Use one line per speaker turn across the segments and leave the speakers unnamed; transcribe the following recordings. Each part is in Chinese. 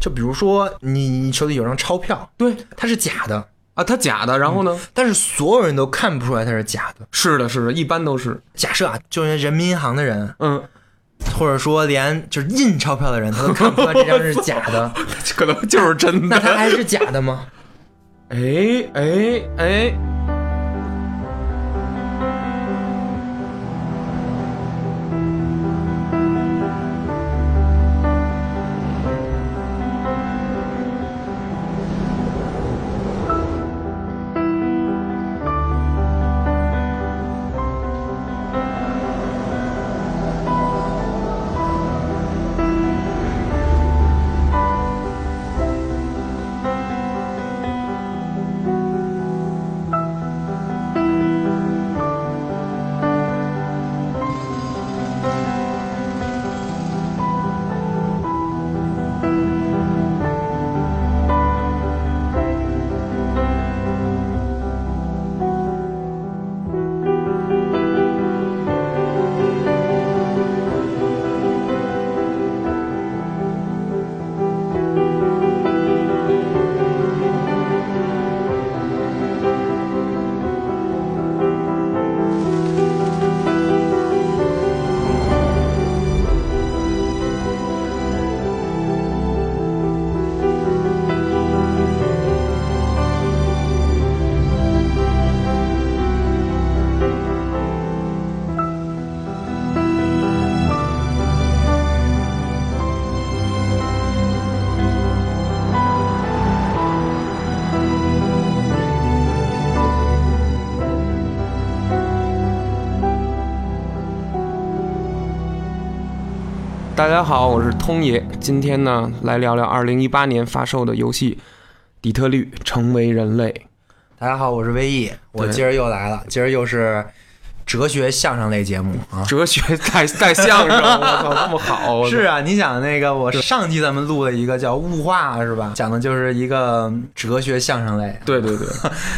就比如说你你手里有张钞票，
对
它是假的，
啊，它假的，然后呢？
但是所有人都看不出来它是假的。
是的，是的，一般都是，
假设啊，就是人民银行的人，
嗯，
或者说连就是印钞票的人，他都看不出来这张是假的，
可能就是真
那它
的。
还是假的吗？
哎哎哎，大家好，我是通爷，今天呢来聊聊二零一八年发售的游戏《底特律：成为人类》。
大家好，我是威毅，我
对
今儿又来了，今儿又是哲学相声类节目啊。
哲学带带相声，我操，这么好！我操
是啊，你想那个，我上期咱们录了一个叫物化啊是吧？讲的就是一个哲学相声类，
对对对，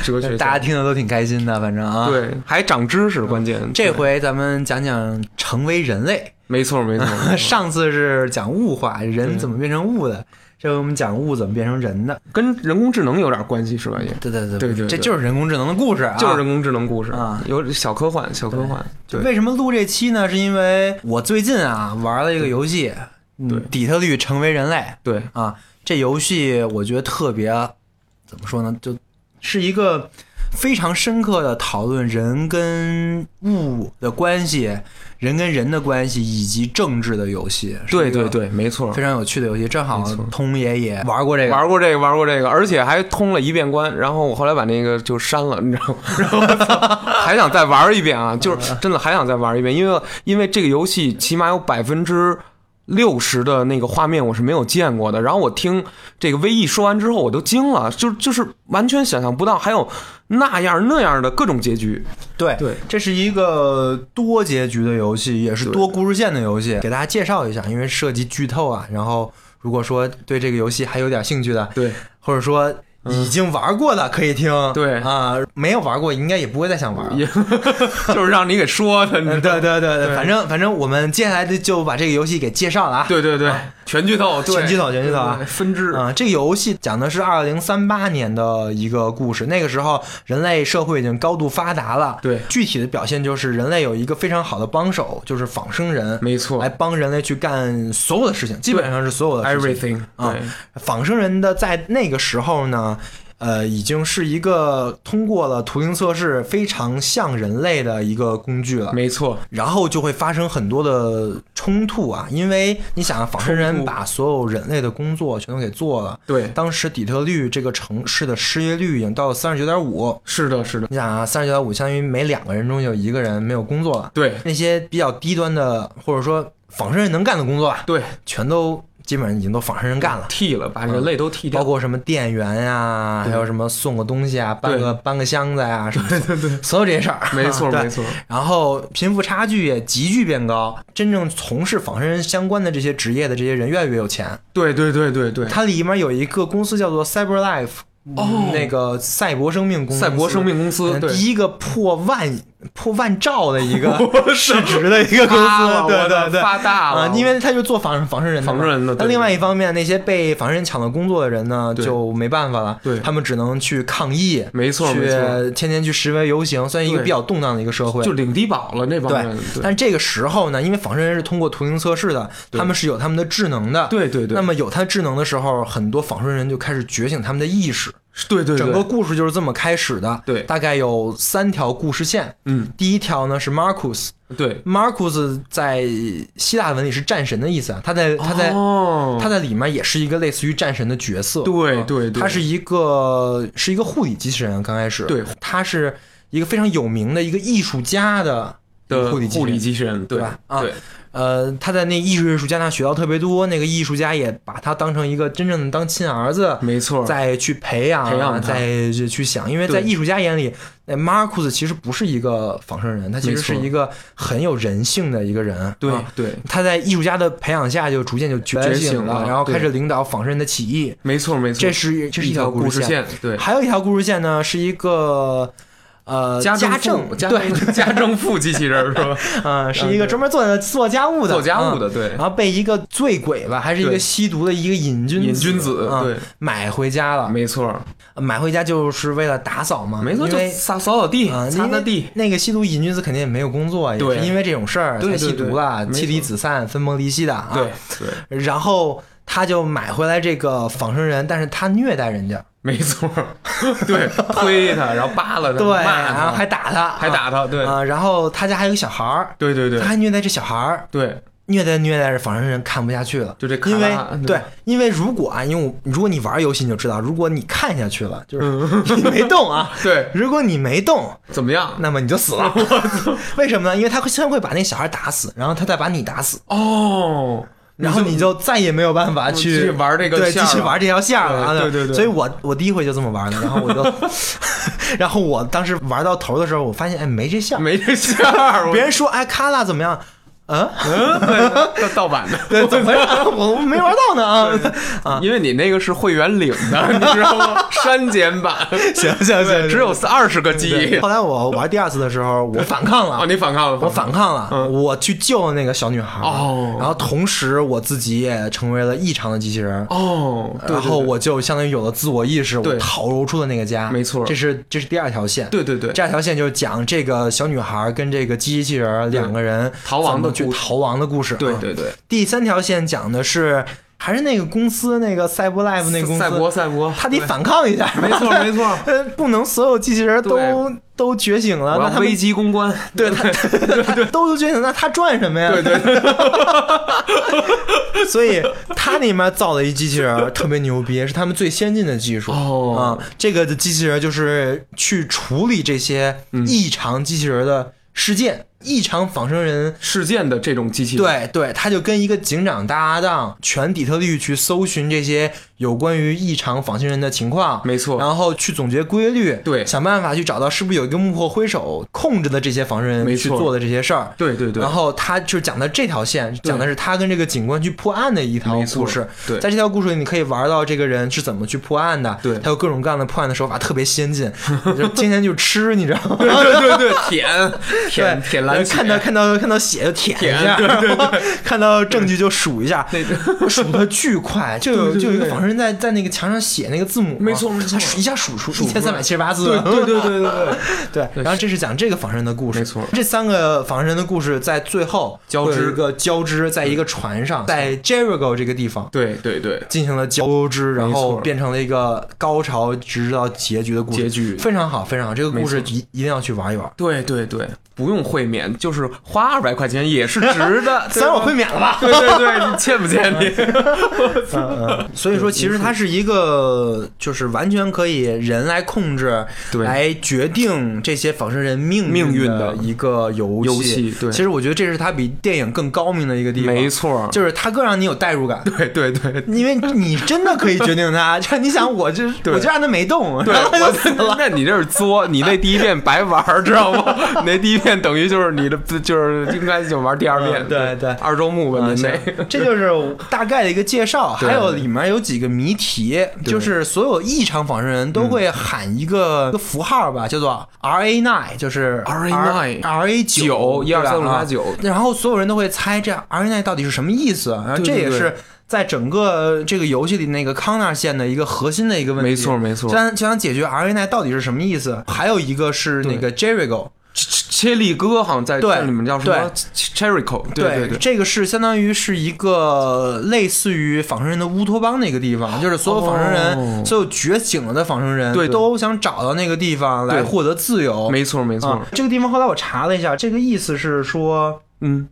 哲学
大家听的都挺开心的，反正啊。，
对还长知识，关键
这
对
回咱们讲讲成为人类。
没错没错， 没错
上次是讲物化，人怎么变成物
嗯
的，这回我们讲物怎么变成人的。
跟人工智能有点关系是吧？也
对对对
对对
这
对
就是人工智能的故事啊，
就是人工智能故事
啊，
有小科幻，小科幻，
就
对，
为什么录这期呢？是因为我最近啊玩了一个游戏，嗯
对
底特律成为人类
对，
啊，这游戏我觉得特别怎么说呢，就是一个非常深刻的讨论人跟物的关系，人跟人的关系以及政治的游戏。是
对
一个
对对，没错
非。常有趣的游戏，正好
没错
通爷也玩过这个，
玩过这个，玩过这个，而且还通了一遍关，然后我后来把那个就删了，你知道吗？ 然后我操还想再玩一遍
嗯
啊，就是真的还想再玩一遍，因为因为这个游戏起码有百分之六十的那个画面我是没有见过的。然后我听这个微易说完之后，我都惊了，就就是完全想象不到还有那样那样的各种结局。
对
对
这是一个多结局的游戏，也是
对
多故事线的游戏，给大家介绍一下，因为涉及剧透啊。然后，如果说对这个游戏还有点兴趣的，
对嗯
或者说已经玩过的，可以听。
对
啊，没有玩过应该也不会再想玩了。
也就是让你给说的，你
嗯，
知道吗
对对对
对
反正反正我们接下来的就把这个游戏给介绍了啊。
对对对，全剧透，对
全剧透全剧透啊
对对对分支
啊、这个游戏讲的是二零三八年的一个故事。那个时候，人类社会已经高度发达了。
对
具体的表现就是人类有一个非常好的帮手，就是仿生人，
没错
来帮人类去干所有的事情，基本上是所有的事情。
，everything
啊
对。
仿生人的在那个时候呢，呃，已经是一个通过了图灵测试，非常像人类的一个工具了。
没错，
然后就会发生很多的冲突啊，因为你想，仿生
冲
人
突
把所有人类的工作全都给做了，
对，
当时底特律这个城市的失业率已经到了三十九点五，
是的，是的，
你想啊，三十九点五相当于每两个人中有一个人没有工作了。
对，
那些比较低端的，或者说仿生人能干的工作啊，
对，
全都基本上已经都仿生人干了，
替了，把人类都替掉，
包括什么店员呀、
嗯对
还有什么送个东西啊，搬个搬个箱子呀、什么
对对对，
所有这些事儿，
没 错
对
没错，
然后贫富差距也急剧变高，真正从事仿生人相关的这些职业的这些人越来越有钱。
对对对对对，
它里面有一个公司叫做 Cyber Life，
哦
那个赛博生命公司，
赛博生命公司
嗯
对
第一个破万破万兆的一个市值的一个公
发
司
了，
对
我的
对对，
发大了
啊，因为他就做仿仿生人的嘛，
仿生人的对
那另外一方面，那些被仿生人抢了工作的人呢，
对
就没办法了，
对
他们只能去抗议，
没错
去
没错
天天去示威游行，算是一个
对
比较动荡的一个社会，
就领低保了那帮
对
人，，对
但这个时候呢，因为仿生人是通过图形测试的，
对
他们是有他们的智能的。
对对对
那么有他智能的时候，很多仿生人就开始觉醒他们的意识。
对对
整
对
个故事就是这么开始的。
对
大概有三条故事线。
嗯，
第一条呢是 Marcus。
对，
Marcus 在希腊文里是战神的意思啊，他在他在、
哦
他在里面也是一个类似于战神的角色。
对
啊
对对
他是一个是一个护理机器人，啊刚开始。
对，
他是一个非常有名的一个艺术家的
的
护理机器
护理
人。
机器人，
对
对
吧啊呃，他在那艺术艺术家那学到特别多，那个艺术家也把他当成一个真正的当亲儿子，
没错，
再去培养啊，
嗯培养他
再去想，因为在
对
艺术家眼里，那 Marcus 其实不是一个仿生人，他其实
没错
是一个很有人性的一个人，
对
啊
对，
他在艺术家的培养下，就逐渐就觉
觉
醒
醒
了，
了
然后
对
开始领导仿生人的起义。
没错没错，
这是这是
一条
故
故事
线，
线，对，
还有一条故事线呢，是一个呃
家
政
政
对，
家政妇机器人是 吧？
嗯，是一个专门做做家务的
做家务
嗯
的，对
然，后被一个醉鬼吧，还是一个
对
吸毒的一个瘾君
瘾君子
啊
对
买回家了，
没错
买回家就是为了打扫嘛，
没错，
啊因
就
为
扫扫扫地
啊，，因
擦
为
擦地，
那个吸毒瘾君子肯定也没有工作，啊也
对
是因为这种事儿
对
才
对
吸
对
毒了，
没
妻离
错
子散，分崩离析的啊。
对，对，
然后他就买回来这个仿生人，但是他虐待人家，
没错， 对，推他，然后扒拉他，
对，
骂
然
他，
后还打他，
还打他，对，
啊。然后他家还有个小孩儿，
对对对
他还虐待这小孩儿，
对，
虐待虐待着仿生人看不下去了，
就这卡
因为
拉
对
对，
因为如果啊，因为我如果你玩游戏你就知道，如果你看下去了，就是 你没动啊，
对，
如果你没动，
怎么样？
那么你就死 了。为什么呢？因为他会先会把那小孩打死，然后他再把你打死，
哦，
然后你就再也没有办法
继续
去
玩这个
对，
线
继
儿
续
了
玩这条线儿了啊。
对对对对
所以我我第一回就这么玩的，然后 我就，然后我当时玩到头的时候，我发现哎没这线儿，
没这馅儿，我
别人说哎卡拉怎么样？嗯，
嗯对盗盗版的。
对，怎么样？ 我没玩到呢啊。
因为你那个是会员领 的，你知道吗？删减版，
行行行，
对，只有二十个记忆
对。后来我玩第二次的时候，我反抗
哦，
了。
你反抗了，
我反抗了，我去救了那个小女孩，
哦
然后同时我自己也成为了异常的机器人，
哦，对
然后我就相当于有了自我意识，我
对
逃出出了那个家，
没错
这是这是第二条线，
对对对
这二条线就是讲这个小女孩跟这个机器人两个人
逃亡
怎么
的
去
故事
逃亡的故事，
对
啊
对对，
第三条线讲的是还是那个公司，那个赛博 life 那个公司，
赛博赛博，
他得反抗一下，
对，没错没错，
呃， 不能所有机器人都
对
都觉醒了，
我
啊那
要
他
危
们
机公关，
对 他他 都觉醒，那他赚什么呀？
对对对，
所以他那边造的一机器人特别牛逼，是他们最先进的技术啊、
哦
这个机器人就是去处理这些
嗯
异常机器人的事件，异常仿生人。
事件的这种机器人，
对对，他就跟一个警长搭档，全底特律去搜寻这些有关于异常仿生人的情况，
没错，
然后去总结规律，
对
想办法去找到是不是有一个幕后黑手控制的这些仿生人
没
去
错
做的这些事儿。
对对对
然，后他就讲的这条线，讲的是他跟这个警官去破案的一条
没错
故事。
对
在这条故事里，你可以玩到这个人是怎么去破案的。
对
他有各种各样的破案的手法，特别先 进，就天天就吃，你知道吗？
对对对对， 舔舔
对呃
舔蓝血
看到看到看到血就舔一下，
舔对对对
然后 看到证据就数一下，
那个
数的巨快，就有
对对对
就有一个仿生人在在那个墙上写那个字母，
没错没错
他数一下数出一
出
千三百七十八字，
对对对对对对，
对，然后这是讲这个仿生人的故事，
没错
这三个仿生人的故事在最后
交
会有
织
一个交织，在一个船上，在 Jericho 这个地方。
对对对，
进行了交织，然
没
后
错
变成了一个高潮，直到结局的故事。
结局
非常好，非常好，这个故事
没
一一定要去玩一玩。
对对对，不用会免，就是花二百块钱也是 值的。
虽然我会免了吧，
对吧，对对对，你欠不欠你？
所以说，其实它是一个，就是完全可以人来控制、
对
来决定这些仿生人命
命运
的
的
一个游
游戏对
其实我觉得这是它比电影更高明的一个地 方，
没错
就是它更让你有代入感。
对对对，
因为你真的可以决定它， 这你想，我就
对
我就让它没动，
对，
然后它就死了。
我那你这是作，你那第一遍白玩儿，知道吗？你那第一遍等于就是你的，就是应该就玩第二遍。
嗯对对
二周目吧，
嗯
您
行
那。
这就是大概的一个介绍，
啊对
还有里面有几个谜题，
对嗯
就是所有异常仿生人都会喊一个一个符号吧，叫做 R A nine，就是
RA9
R A
九一二三四五六七八九，
啊然后所有人都会猜这 R A nine 到底是什么意思，啊然后
对
这
对
也
对
是在整个这个游戏里那个康纳线的一个核心的一个问题。
没错没错
就想就想解决 R A nine 到底是什么意思，还有一个是那个 Jericho。
切利哥好像在
对
这里面叫什么 Cherico，对对，
这个是相当于是一个类似于仿生人的乌托邦的一个地方，就是所有仿生人、
哦
所有觉醒了的仿生人，
对
都想找到那个地方来
对
获得自由。
没错没错
啊，，这个地方后来我查了一下，这个意思是说。
嗯，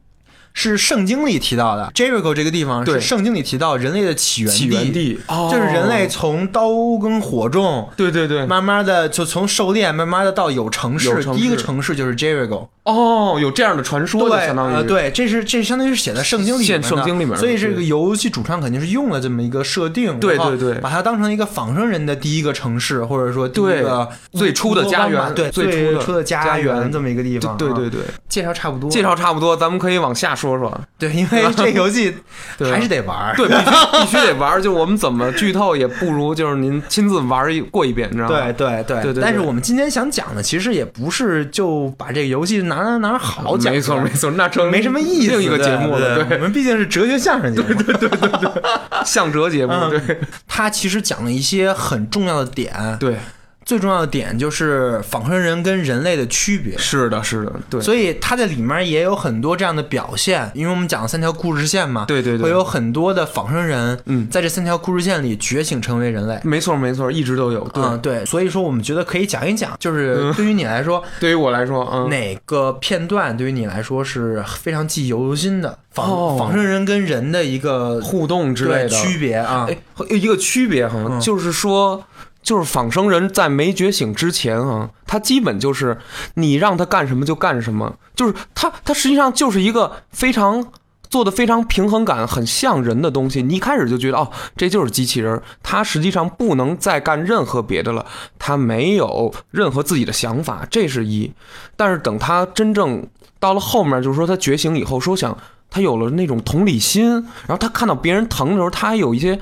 是圣经里提到的 Jericho 这个地方是
对
圣经里提到人类的起源地，
起源地哦
就是人类从刀耕火种，
对对对，
慢慢的就从狩猎，慢慢的到有城市。
有城市
第一个城市就是 Jericho，
哦，有这样的传说就
对，
相当于
呃对，这是这相当于是写在圣经里面的，
现圣经里面的
所以这个
对
游戏主创肯定是用了这么一个设定，
对
然后
对对
把它当成一个仿生人的第一个城市，或者说第一
对
个嗯
最初的家园
乌托邦吧对，
最
最
初的
初的
家
园
园
这么一个地
对
方，
对
啊
对对，
介绍差不多，
介绍差不多，咱们可以往下说说。
对，因 为这游戏
对
还是得玩儿，
对，必须必须得玩儿，就是我们怎么剧透也不如就是您亲自玩儿一过一遍，你知道吗？
对对对
啊对对
但是我们今天想讲的，其实也不是就把这个游戏哪哪哪儿好讲，
没错没错，那成
没什么意思，
另一个节目了，
对，我
对，
们毕竟是哲学相声节目，对对对对
向哲节目，
嗯
对
他其实讲了一些很重要的点，
对，
最重要的点就是仿生人跟人类的区别。
是的，是的，对，
所以他在里面也有很多这样的表现，因为我们讲了三条故事线嘛，
对对对
会有很多的仿生人，
嗯
在这三条故事线里觉醒成为人类，
没错没错，一直都有。对，
嗯，对，所以说我们觉得可以讲一讲，就是对于你来说，
对于我来说，嗯，
哪个片段对于你来说是非常记忆犹新的，仿、
哦
仿生人跟人的一个
互动之类
对
的
区别啊，
哎，有一个区别哈，就是说，就是仿生人在没觉醒之前啊，他基本就是你让他干什么就干什么，就是他他实际上就是一个非常。做的非常平衡感很像人的东西，你一开始就觉得哦，这就是机器人儿，他实际上不能再干任何别的了，他没有任何自己的想法，这是一。但是等他真正到了后面，就是说他觉醒以后，说想他有了那种同理心，然后他看到别人疼的时候，他还有一些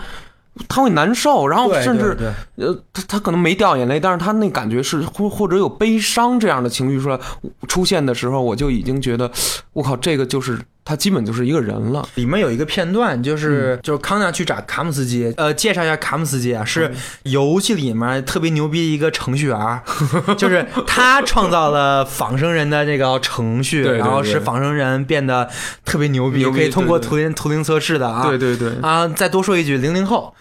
他会难受，然后
对
哦甚至
对对
呃，他他可能没掉眼泪，但是他那感觉是或或者有悲伤这样的情绪出来出现的时候，我就已经觉得，我靠，这个就是他基本就是一个人了。
里面有一个片段，
嗯
就是、就是康纳去找卡姆斯基，呃，介绍一下卡姆斯基啊，是游戏里面特别牛逼的一个程序员儿， 就是他创造了仿生人的这个程序，
对对对
然后使仿生人变得特别牛逼，
牛逼
可以通过
对对
图灵图灵测试的啊。
对对对，
啊，再多说一句，零零后，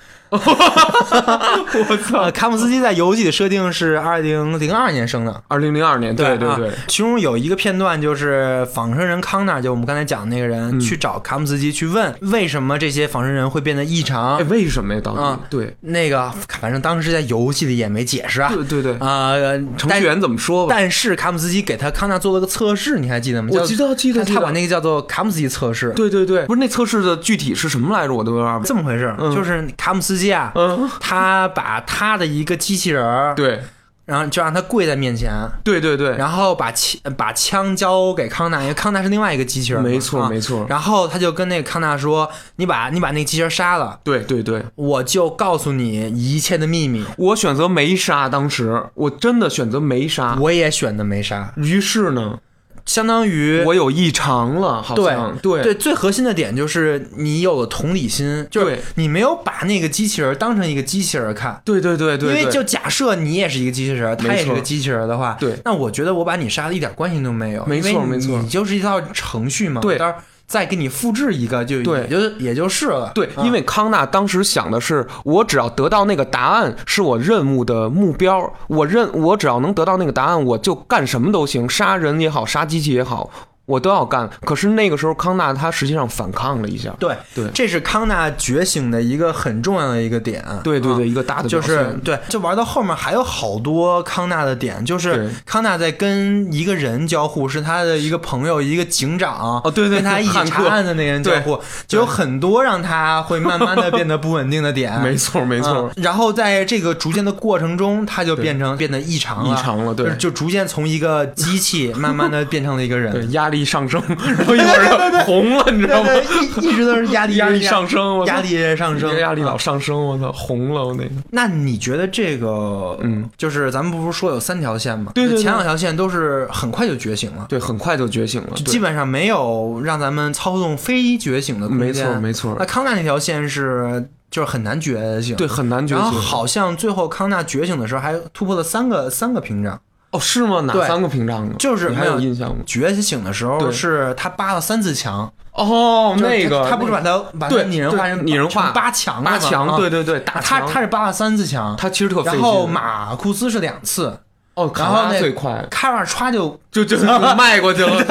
我操，
呃，卡姆斯基在游戏的设定是二零零二年生的，
二零零二年，对对对
啊，其中有一个片段就是仿生人康纳，就我们刚才讲的那个人、
嗯
去找卡姆斯基去问为什么这些仿生人会变得异常。
哎，为什么呀？到底
啊
对
那个反正当时在游戏里也没解释啊，
对对对，
啊、呃
程序员怎么说
但
吧？
但是卡姆斯基给他康纳做了个测试，你还记得吗？叫
我记得记得
他
记
他
得
把那个叫做卡姆斯基测试，
对对对，不是那测试的具体是什么来着？我都有点忘了。
这么回事儿，
嗯
就是卡姆斯基啊，
嗯，
他把他的一个机器人儿，
对
然后就让他跪在面前，
对对对，
然后把枪把枪交给康纳，因为康纳是另外一个机器人嘛，
没错
啊
没错，
然后他就跟那个康纳说：“你把你把那个机器人杀了，
对对对，
我就告诉你一切的秘密。
我选择没杀，当时我真的选择没杀。
我也选的没杀，
于是呢，
相当于
我有异常了，好
对
像对
对最核心的点就是你有了同理心，就是
对
你没有把那个机器人当成一个机器人看。
对对对对，
因为
对
就假设你也是一个机器人，他也是
没
个
错
机器人的话，
对
那我觉得我把你杀了一点关系都没有，
没错
因为你
没错
你就是一套程序嘛，
对
到时候再给你复制一个就
对
也就也就是了，
对，
啊
因为康纳当时想的是，我只要得到那个答案是我任务的目标，我认我只要能得到那个答案，我就干什么都行，杀人也好，杀机器也好，我都要干。可是那个时候康纳他实际上反抗了一下，
对
对
这是康纳觉醒的一个很重要的一个点。
对对
啊
对，一个大的
就
表
是
现
对，就玩到后面还有好多康纳的点，就是
对
康纳在跟一个人交互，是他的一个朋友，一个警长，
哦对对
跟他一起
汉克
查案的那个人交互，就有很多让他会慢慢的变得不稳定的点。
没错没错。
嗯然后在这个逐渐的过程中，他就变成变得异常了，
异常了对
就是就逐渐从一个机器慢慢的变成了一个人，
对，压力上升，然后一会儿就红了，你知道吗？
对，一一直都是压力
压力上升，我操
压力上升，
压力
啊
老上升，我操，红了，我那个。
那你觉得这个，嗯，就是咱们不是说有三条线吗？
对对对
就前两条线都是很快就觉醒了，
对，很快就觉醒了，
就基本上没有让咱们操纵非觉醒的空间。
没错没错
那康纳那条线是就是很难觉醒，
对，。很难觉
然
醒。
后好像最后康纳觉醒的时候还突破了三个三个屏障，
哦，是吗？哪
对
三个屏障啊？
就是
你还
没有
有印象吗？
觉醒的时候
对
是他扒了三次墙，
哦，
就是
那个
他他不是把他把他
对
拟人化
对
成
拟人化
成八强了
八
吗
强，
啊
对对对，大
他
强
他是扒了三次墙，
他其实特费
然
劲。
后马库斯是两次，
哦，
然
卡
后
拉
那
最快，
卡尔歘就，
就就迈过去了。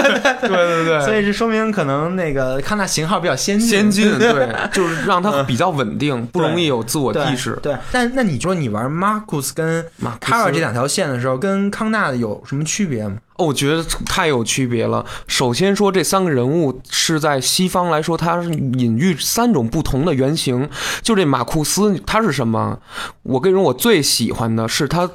对对对，
所以这说明可能那个康纳型号比较哎先进，
先进，对，就是让他比较稳定，不容易有自我
对
意识。
对，但那你说你玩马库斯跟
马库斯
卡尔这两条线的时候，跟康纳有什么区别吗？
哦，我觉得太有区别了。首先说，这三个人物是在西方来说，它是隐喻三种不同的原型。就这马库斯，他是什么？我跟你说，我最喜欢的是他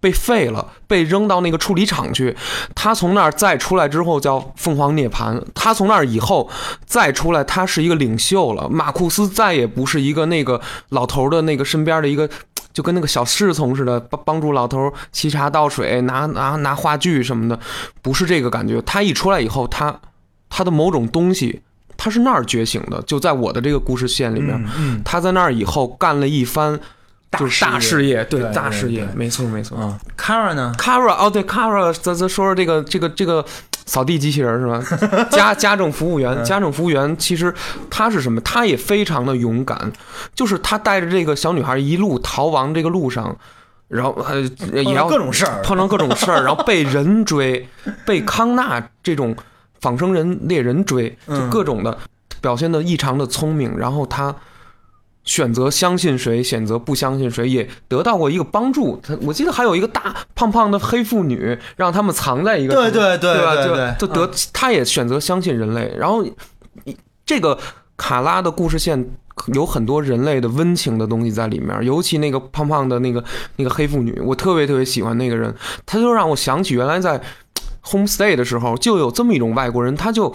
被废了，被扔到那个处理厂去。他从那儿再出来之后叫凤凰涅槃。他从那儿以后再出来，他是一个领袖了。马库斯再也不是一个那个老头儿的那个身边的一个就跟那个小侍从似的，帮帮助老头儿沏茶倒水、拿拿拿话剧什么的，不是这个感觉。他一出来以后，他他的某种东西，他是那儿觉醒的，就在我的这个故事线里面，
嗯，
他在那儿以后干了一番
大
就是大
事
事业，对
对
大
对
事业
对，
没错没错。
啊，卡尔呢？
Kara 哦，对 Kara，咱咱说说这个这个这个扫地机器人是吧？ 家家政服务
嗯
员，家政服务员其实他是什么？他也非常的勇敢，就是他带着这个小女孩一路逃亡这个路上，然后呃也要
各种事儿，
碰上各种事 儿，然后被人追，被康纳这种仿生人猎人追，就
嗯
各种的表现的异常的聪明，然后他。选择相信谁，选择不相信谁，也得到过一个帮助。他我记得还有一个大胖胖的黑妇女，让他们藏在一个
对对对
对吧？
对嗯
就就得他也选择相信人类，然后这个卡拉的故事线有很多人类的温情的东西在里面，尤其那个胖胖的那个那个黑妇女，我特别特别喜欢那个人，他就让我想起原来在 homestay 的时候就有这么一种外国人，他就。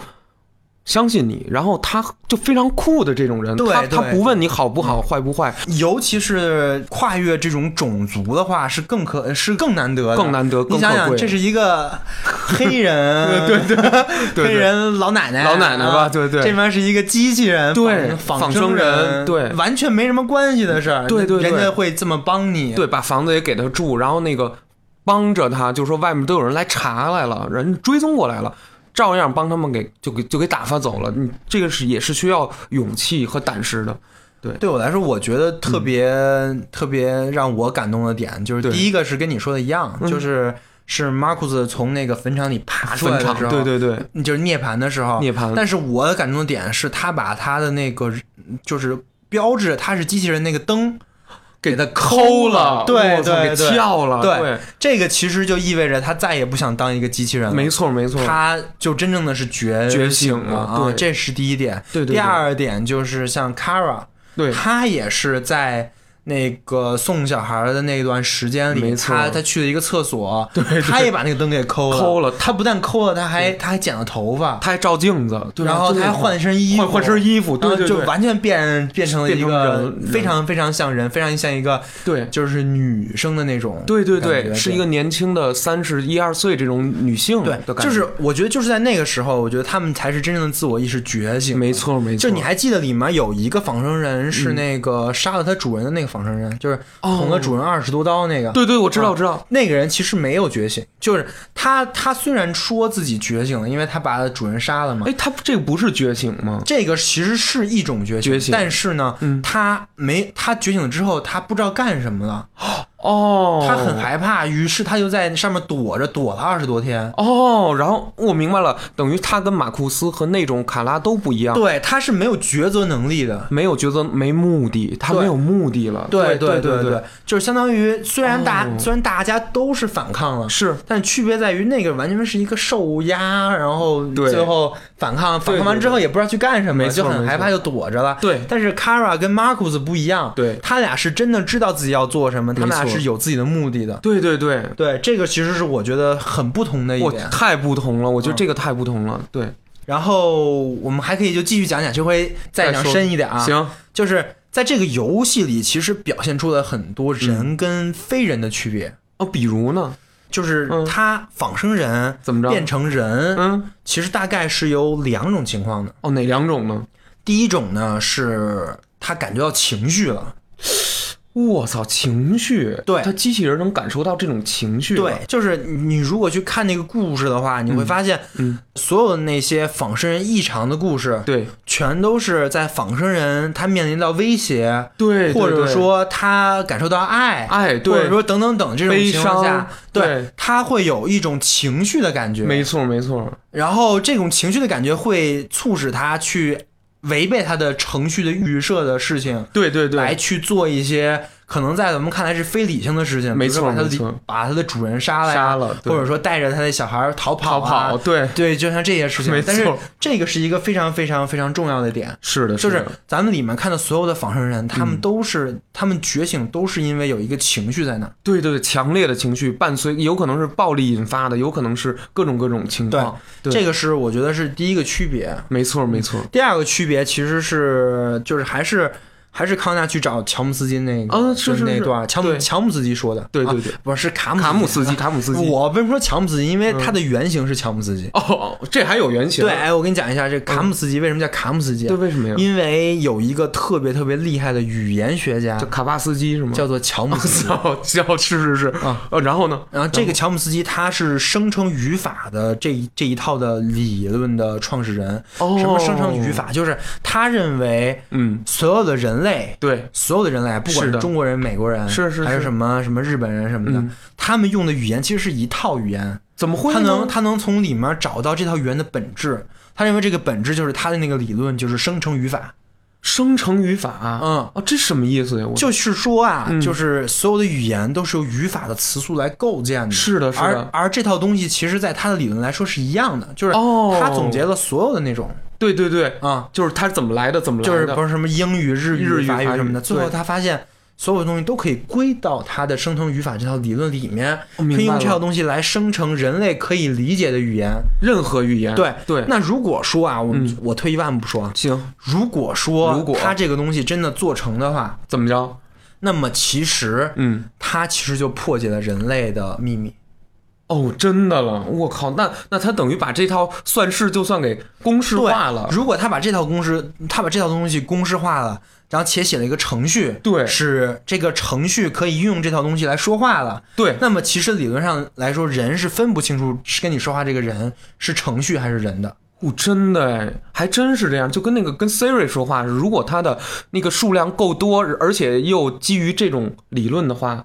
相信你，然后他就非常酷的这种人，
对嗯
他他
对
不问你好不好、坏不坏，
尤其是跨越这种种族的话，是更可是更难得的，
更难得更
你想
可
想，
贵
这是一个黑人， 对对
对
黑人老奶奶，
老奶奶吧
啊
对对
这边是一个机器人，
对
仿
仿
生
生人对
完全没什么关系的事儿，
对对对
人家会这么帮你，
对，把房子也给他住，然后那个帮着他，就说外面都有人来查来了，人追踪过来了，照样帮他们给就给就给打发走了。你这个是也是需要勇气和胆识的。
对我来说，我觉得特别、特别让我感动的点，就是
嗯对嗯
第一个是跟你说的一样，就是是马库斯从那个坟场里爬出来
分
的
场
时候，
对对对，
就是涅槃的时候，
涅槃
但是我感动的点是他把他的那个就是标志他是机器人那个灯。
给他
抠
抠
了
了，
对
我操
对对
给撬了，对，
这个其实就意味着他再也不想当一个机器人了。
没错没错，
他就真正的是觉
觉
醒
醒
了
了
啊！
对
这是第一点。
对对对
第二点就是像 Kara，
对
他也是在那个送小孩的那段时间里，
没错
他他去了一个厕所，他也把那个灯给抠了。
抠了
他不但抠了，他还他还剪了头发，
他还照镜子，对啊
然后
对
他还
对
换身衣服，
换换身衣服，
然后
对对
就
对
完全变变成了一个
变成人
非常非常像人，非常像一个
对。
就是女生的那种感觉。
对对对，是一
对
个年轻的三十一二岁这种女性的
对
感，觉，
就是我觉得就是在那个时候，我觉得他们才是真正的自我意识觉醒。
没，错没错，嗯
就你还记得里面有一个仿生人是那个杀了他主人的那个仿生人，就是捅了主人二十多刀那个。
对对，我
嗯
知道我知道，
那个人其实没有觉醒，就是他，他虽然说自己觉醒了，因为他把主人杀了嘛
哎，，他这个不是觉醒吗？
这个其实是一种觉醒，
觉醒
但是呢，
嗯
他没他觉醒了之后，他不知道干什么了，
哦，
他很害怕，于是他就在上面躲着，躲了二十多天。
哦，然后我明白了，等于他跟马库斯和那种卡拉都不一样，
对，他是没有抉择能力的。
没有抉择，没目的，他
对
没有目的了。
对
对
对
对，，
就是相当于虽然大、
哦
虽然大家都是反抗了，
是
但区别在于那个完全是一个受压，然后
对
最后反抗，反
对
抗
对
完之后
对
也不知道去干什么，
没错
就很
没错
害怕，就躲着了。
对
但是 Kara 跟 Marcus 不一样，
对
他俩是真的知道自己要做什么，他们俩
没错
是有自己的目的的。
对对对，
对，这个其实是我觉得很不同的一
我
点。嗯
太不同了，我觉得这个太不同了。对，
然后我们还可以就继续讲讲，这回再讲
说
深一点啊。，
行，
就是在这个游戏里，其实表现出了很多
嗯
人跟非人的区别。
哦，比如呢，
就是
嗯
他仿生人
怎么着？
变成人，
嗯，
其实大概是有两种情况的。
哦，哪两种呢？
第一种呢是他感觉到情绪了，
我操，情绪，
对
他机器人能感受到这种情绪，
对，，就是你如果去看那个故事的话，你会发现
嗯，
所有的那些仿生人异常的故事，
对
全都是在仿生人他面临到威胁，
对，
或者
对，
说他感受到爱，
哎，
或者
对，
说等等等这种
悲
情况下
伤，，对，
他会有一种情绪的感觉，
没错没错，
然后这种情绪的感觉会促使他去违背他的程序的预设的事情，
对对
来
对，
去做一些可能在我们看来是非理性的事情，
没错
比如说把他的
没错
把他的主人杀了呀，
杀了，对
或者说带着他的小孩逃跑、
逃
啊、
跑，对，
对，就像这些事情
没。错
但是这个是一个非常非常非常重要的点。
是的，嗯
就是
的
咱们里面看的所有的仿生人，他们都是、他们觉醒都是因为有一个情绪在那儿。
对对对，强烈的情绪伴随，有可能是暴力引发的，有可能是各种各种情况。对，
这个是我觉得是第一个区别。
没错没错。
第二个区别其实是就是还是还是康纳去找乔姆斯基那个，
嗯是
就是那
是
段乔姆
对
乔姆斯基说的，
对
啊
对对，
不是卡姆
卡姆斯基，。卡姆斯基。嗯
我为什么说乔姆斯基？因为他的原型是乔姆斯基。
哦，这还有原型？
对，哎，我跟你讲一下，这卡姆斯基为什么叫卡姆斯基啊
嗯对，？为什么呀？
因为有一个特别特别厉害的语言学家
叫卡哦巴斯基是吗？
叫做乔姆斯基。
叫叫是是是
啊
呃，然后呢？
然后这个乔姆斯基他是生成语法的这一这一套的理论的创始人。
哦
什么生成语？法？就是他认为
嗯，
所有的人类
对，
所有的人类，不管
是
是
的
中国人、美国人，
是是
还有
是
什么什么日本人什么的，
嗯
他们用的语言其实是一套语言，
怎么会
他
呢？
能他能从里面找到这套语言的本质。他认为这个本质就是他的那个理论，就是生成语法。
生成语法？
嗯，
哦，这什么意思呀？我
就是说啊，
嗯
就是所有的语言都是由语法的词素来构建的。
是的，是
而
的，
而这套东西其实，在他的理论来说是一样的，就是
哦
他总结了所有的那种
对对对，
啊，
就是它怎么来的，怎么来
就是
的？
不是什么英语、日
日语
法语
法语
什么的，
对
最后他发现所有东西都可以归到他的生成语法这套理论里面，
哦
可以
明白
用
了
这套东西来生成人类可以理解的语言。
任何语言。
对
对，
那如果说啊，我们、
嗯
我退一万步说，啊，
行，
如果说
如果
他这个东西真的做成的话，
怎么着？
那么其实
嗯。
它其实就破解了人类的秘密。
哦，真的了，我靠，那那他等于把这套算式就算给公式化了，
如果他把这套公式，他把这套东西公式化了，然后且写了一个程序，
对
使这个程序可以运用这套东西来说话了。
对，
那么其实理论上来说，人是分不清楚是跟你说话这个人是程序还是人的。
哦，真的哎，还真是这样，就跟那个跟 Siri 说话，如果它的那个数量够多，而且又基于这种理论的话，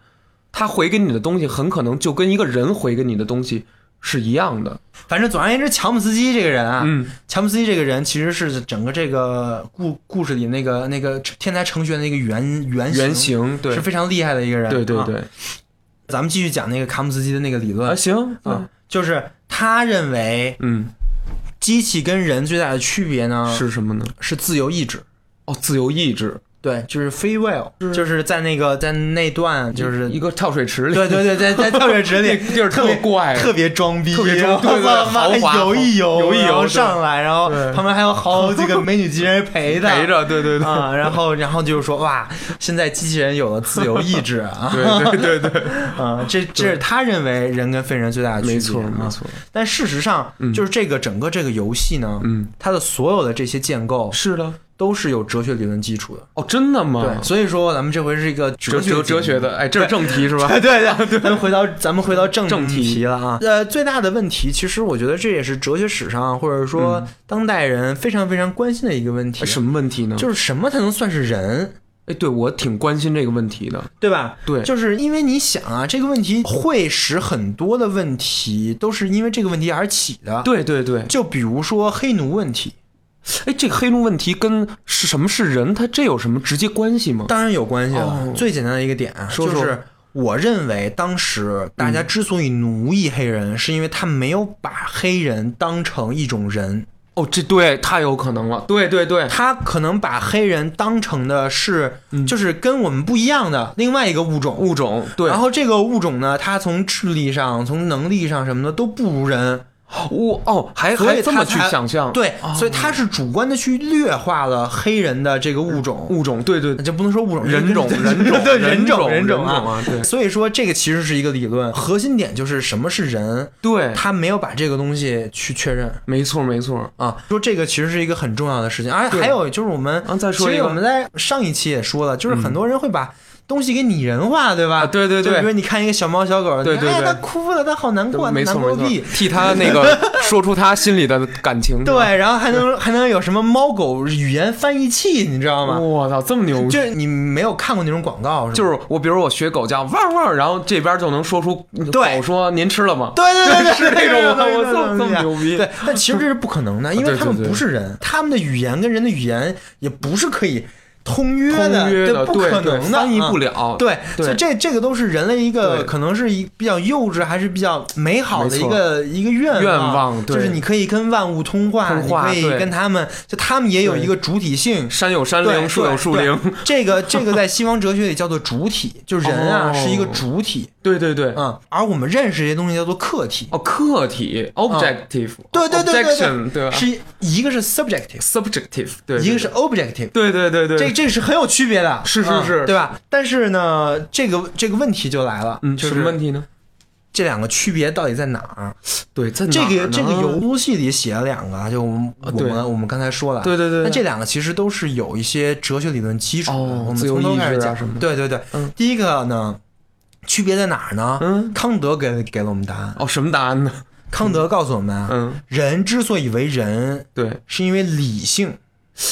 它回给你的东西很可能就跟一个人回给你的东西是一样的，
反正总而言之，乔姆斯基这个人啊，
嗯，
乔姆斯基这个人其实是整个这个故故事里那个那个天才程序员的一个原原型，
原型对
是，非常厉害的一个人。
对对
啊
对，
咱们继续讲那个卡姆斯基的那个理论
啊行啊，
就是他认为
嗯，
机器跟人最大的区别呢
是什么呢？
是自由意志。
哦，自由意志，
对，就是 free will，就是在那个在那段就是
一个跳水池 里，
对对对，在在跳跃池里
那地儿
特
特
别
怪
特别装逼，
特 别装对对对
我操妈
豪华
还游一游，
游一游
然后
对
上来，然后
对
旁边还有好几个美女机器人 陪的，
陪着，对对对。
啊，然后然后就是说哇，现在机器人有了自由意志啊，
对对对对，
啊，这这是他认为人跟非人最大的区别，
没错没
啊。
错，
但事实上，就是这个整个这个游戏呢，
嗯，
它的所有的这些建构
是的，
都是有哲学理论基础的，
哦，真的吗？
对，所以说咱们这回是一个学
哲哲
节目
哲学的，哎，这是正题是吧？
对 对对，咱们回到咱们回到正
正题
题了啊。呃，最大的问题，其实我觉得这也是哲学史上或者说当代人非常非常关心的一个问题，
哎什么问题呢？
就是什么才能算是人？
哎，对我挺关心这个问题的。
对吧？
对
就是因为你想啊，这个问题会使很多的问题都是因为这个问题而起的。，
对对对，
就比如说黑奴问题，
哎，这个黑奴问题跟是什么是人，它这有什么直接关系吗？
当然有关系了。
哦
最简单的一个点啊
说说
就是。我认为当时大家之所以奴役黑人，是因为他没有把黑人当成一种人，
哦，这对太有可能了。对对对，
他可能把黑人当成的是、就是跟我们不一样的另外一个物种。
嗯物种对
然，后这个物种呢，他从智力上、从能力上什么的都不如人，
我哦还
所以
还这哦
他
么去
才
想象
对，所以他是主观的去劣化了黑人的这个物种，
物种，对对
就不能说物种
人种人种
对
人
人种
种
人种
人种啊对
所以说这个其实是一个理论，核心点就是什么是人，
对，
他没有把这个东西去确认。
没错没错。
啊，说这个其实是一个很重要的事情，而
对
还有就是我们，
啊再说
其
一
实
个嗯
我们在上一期也说了，就是很多人会把东西给拟人化，对吧？
啊对对
就
对
比如你看一个小猫小狗，
对
你
对
看哎
对
呀，它哭了，它好难过，
没
难
错
过
没错
屁，，
替他那 个说出他心里的感情。是吧，
对，然后还能还能有什么猫狗语言翻译器，你知道吗？
我操，这么牛逼！
就是你没有看过那种广告，是吗
哦就是我，比如我学狗叫汪汪，然后这边就能说出
对
狗说您吃了吗？
对对对对，
是那种吗
对对对
我操
对对
这
对
么牛逼
对，但其实这是不可能的，因为
啊对
他们
对对
不是人，他们的语言跟人的语言也不是可以通约的，
通约的
不
对
可
对
能的，
翻译
啊
不了
对，
对
所以这这个都是人类一个
对
可能是一比较幼稚还是比较美好的
没
一
错
个一个愿
愿望对
就是你可以跟万物通话，
通话
你可以
对
跟他们，就他们也有
对
一个主体性，
山有山
对，
灵，树有树
对
灵。。
对 这个这个在西方哲学里叫做主体，就人啊
哦
是一个主体，
对对对，
嗯，而我们认识这些东西叫做客体。
哦，客体 objective，
嗯对对对对
objection，对吧？
是一个是 subjective，
subjective，对，
一个是 objective，
对对对对，
这这是很有区别的，
是是
嗯
是
对吧？但是呢，这个这个问题就来了，
嗯
就
什
是
么问题呢？
这两个区别到底在哪儿？
对，在
这
哪儿
个
呢
这个游戏里写了两个，啊就我们我
啊对
们我们刚才说了，
对对对对
那这两个其实都是有一些哲学理论基础的，
哦
我们
自由
从头开始
意志啊
讲
什么的
对对对，
嗯
第一个呢，区别在哪儿呢？
嗯
康德给给了我们答案。
哦，什么答案呢？
康德告诉我们啊，
嗯，
人之所以为人，
对，
是因为理性。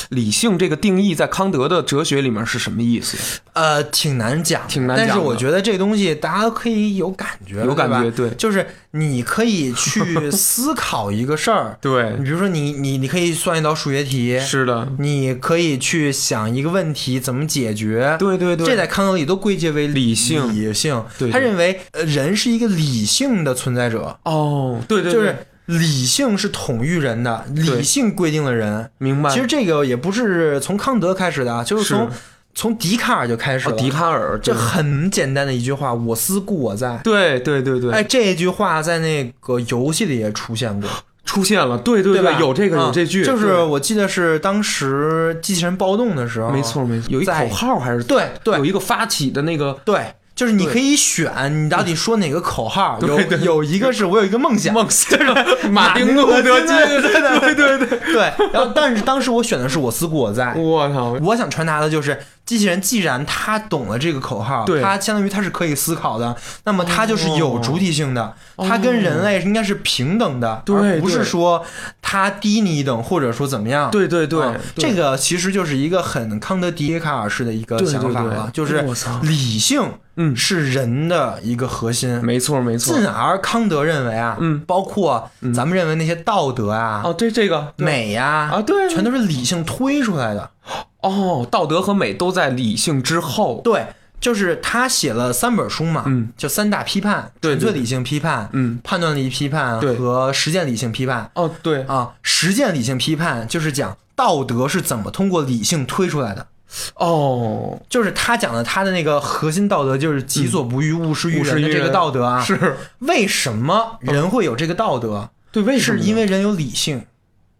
理性这个定义在康德的哲学里面是什么意思？
呃，挺难讲的，
挺难
但
讲的
是我觉得这东西大家可以有感觉了，
有感觉
对吧
对
就是你可以 去思考一个事儿，你
对，
比如说你你你可以算一道数学题，
是的，
你可以去想一个问题怎么解决，
对对对，
这在康德里都归结为
理性
理性，
对对
他认为呃人是一个理性的存在者，
哦，对对，
就是
对
理性是统御人的，理性规定了人。
明白。哦
其实这个也不是从康德开始的啊，就是
是
从从笛卡尔就开始
哦
了。
笛卡尔
这
对
很简单的一句话：“我思故我在。
对对对”对，
哎，这句话在那个游戏里也出现过，
出现了，对对
吧？
有这个
嗯
有这句，
就是我记得是当时机器人暴动的时候，
对没，错没错，有一
在
口号还是
对对
有一个发起的那个
对，就是你可以选你到底说哪个口号，有
对对
有一个是我有一个梦想，
梦想，马
丁
丁
路
路
德
德
金
金，对对对对，
对，然后但是当时我选的是我思故我在，
我操，
我想传达的就是，机器人既然他懂了这个口号，
对哦
他相当于他是可以思考的，那么他就是有主体性的，他跟人类应该是平等的，
对
而不是
对
说他低你一等或者说怎么样。
对对
啊
对，
这个其实就是一个很康德、笛卡尔式的一个
对对
想法
对
了，
我
就是
操
理性
嗯
是人的一个核心。
没错没错，
进而康德认为啊，
嗯
包括咱们认为那些道德啊、
哦对这个对
美呀
啊对
全都是理性推出来的。
哦，道德和美都在理性之后，
对，就是他写了三本书嘛，
嗯，
就三大批判：
对
纯粹
对对
理性批判、
嗯
判断力批判
对
和实践理性批判。
哦对，
啊，实践理性批判就是讲道德是怎么通过理性推出来的。
哦
就是他讲的他的那个核心道德，就是己所不欲，勿施于
嗯勿施
人的
于
这个
人
道德啊。
是
为什么人会有这个道德？
对，为什
是
么呢
因为人有理性，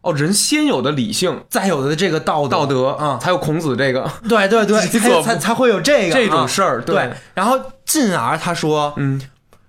哦人先有的理性
再有的这个道德
道德
啊、
才有孔子这 个
对对对，
己
才
所不
才才会有这个
这
啊
种事儿，
对，然后进而他说，
嗯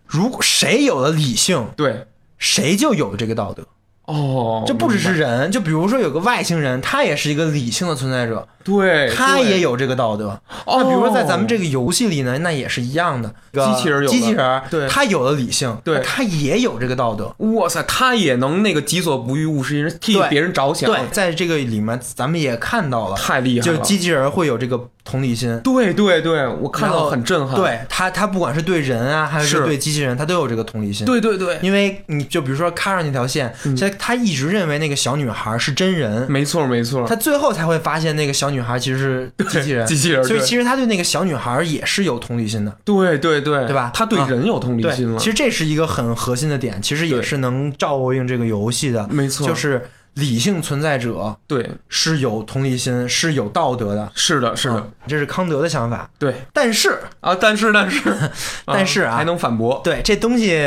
如果谁有了理性，
对
谁就有了这个道德。
哦，
这不只
明
是人，就比如说有个外星人，他也是一个理性的存在者
白，对，
他
哎对
也有这个道德。
哦
那比如说在咱们这个游戏里呢，那也是一样的。
机器人有了
机器人儿，
对
他有了理性，
对
他也有这个道德。
哇塞，他也能那个己所不欲，勿施于人，替
对
别人着想，
对，在这个里面，咱们也看到了，
太厉害
就
了。
是机器人儿会有这个同理心。
对对对，我看
然
到
后
很震撼。
对他，他不管是对人啊，还
是
是对机器人，他都有这个同理心。，
对对嗯对，
因为你就比如说卡上那条线，他他一直认为那个小女孩是真人，
没错没错。
他最后才会发现那个小女孩其实是机器人。
机器人，
所以
对
其实他对那个小女孩也是有同理心的。
对对对，
对吧啊
他对人有同理
对
心，了
其，实这是一个很核心的点，其实也
对
是能照应这个游戏的，
没错，
就是理性存在者
对，
是有同理心，是有道德的。
是的，是的
嗯，这是康德的想法。
对
但是，
啊，但是 但是
但是啊
还能反驳
对这东西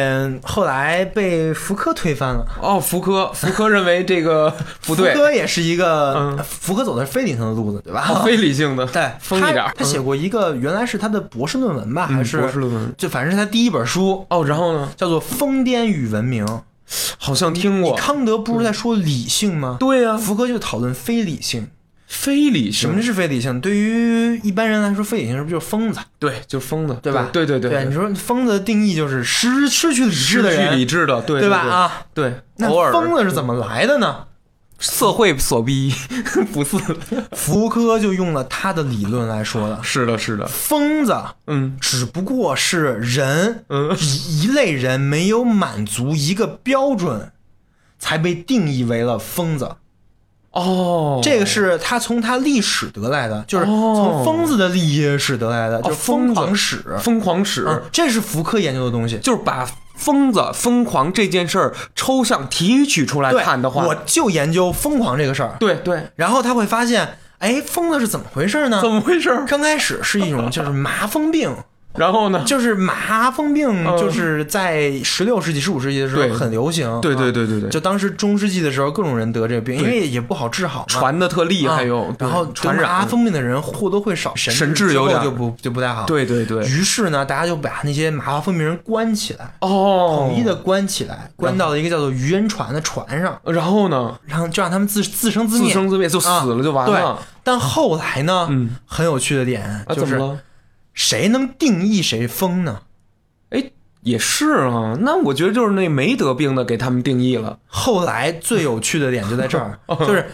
后来被福柯推翻了。
哦，福柯，福柯认为这个不对
福，柯也是一个，
嗯
福柯走的是非理性的路子，对吧？
哦非理性的，
对，
疯一点
他。他写过一个，原来是他的博士论文吧，
嗯
还是
博士论文
就反正是他第一本书，
哦，然后呢，
叫做《疯癫与文明》。
好像听过，
康德不是在说理性吗？
对啊呀，
福柯就讨论非理性，
非理
什么
性，
是非理性？对于一般人来说，非理性是不是就是疯子，
对，就是疯的，
对吧？
对对
对你说疯子的定义就是失失去理智
失
的人，
去理智的，对
对吧？
对
啊，
对，
那
偶尔
疯子是怎么来的呢？
社会所逼， 不是，
福柯就用了他的理论来说了，
是的，是的，
疯子
嗯
只不过是人
嗯，
一一类人没有满足一个标准，才被定义为了疯子。
哦，
这个是他从他历史得来的，就是从疯子的历史得来的，就是疯狂史。
哦疯狂史，
嗯，这是福柯研究的东西。
就是把疯子、疯狂这件事儿抽象提取出来
对，
看的话，
我就研究疯狂这个事儿。
对对，
然后他会发现，哎，疯子是怎么回事呢
怎？么回事儿？
刚开始是一种就是麻风病，
然后呢？
就是麻风病
嗯
就是在十六世纪、十五世纪的时
对
候很流行。
对对
啊，
对对对，
就当时中世纪的时候，各种人得这个病，因为也不好治好嘛。
传的特厉
啊
害哟，对
然后
传
得麻
染，
风病的人或多或少神
神
神
志有点儿
就不就不太好。
对对对，
于是呢，大家就把那些麻风病人关起来，
哦，
统一的关起
嗯
来，关到了一个叫做渔人船的船上，
然后呢，
然后就让他们自自生自
自
灭。
生自灭就死
啊
了就完了，
对，但后来呢，
嗯
很有趣的点
啊，
就
怎么
是
了？
谁能定义谁疯呢？
哎，也是啊，那我觉得就是那没得病的给他们定义了，
后来最有趣的点就在这 儿，
哦
就是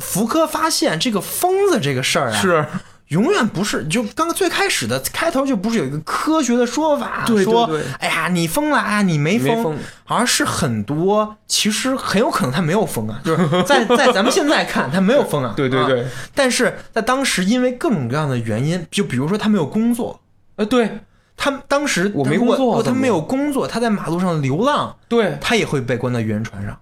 福柯发现这个疯子这个事儿啊，
是
永远不是就刚最开始的开头就不是有一个科学的说法，
对对对
说哎呀你疯了啊，你没
没
疯，
疯
而是很多其实很有可能他没有疯 啊，就是在在咱们现在看他没有疯啊，
对对对
啊但是在当时因为各种各样的原因，就比如说他没有工作，
呃，对
他当时
我没
如果
工作
如
啊
果他
怎么
没有工作，他在马路上流浪，
对，
他也会被关到渔人船上。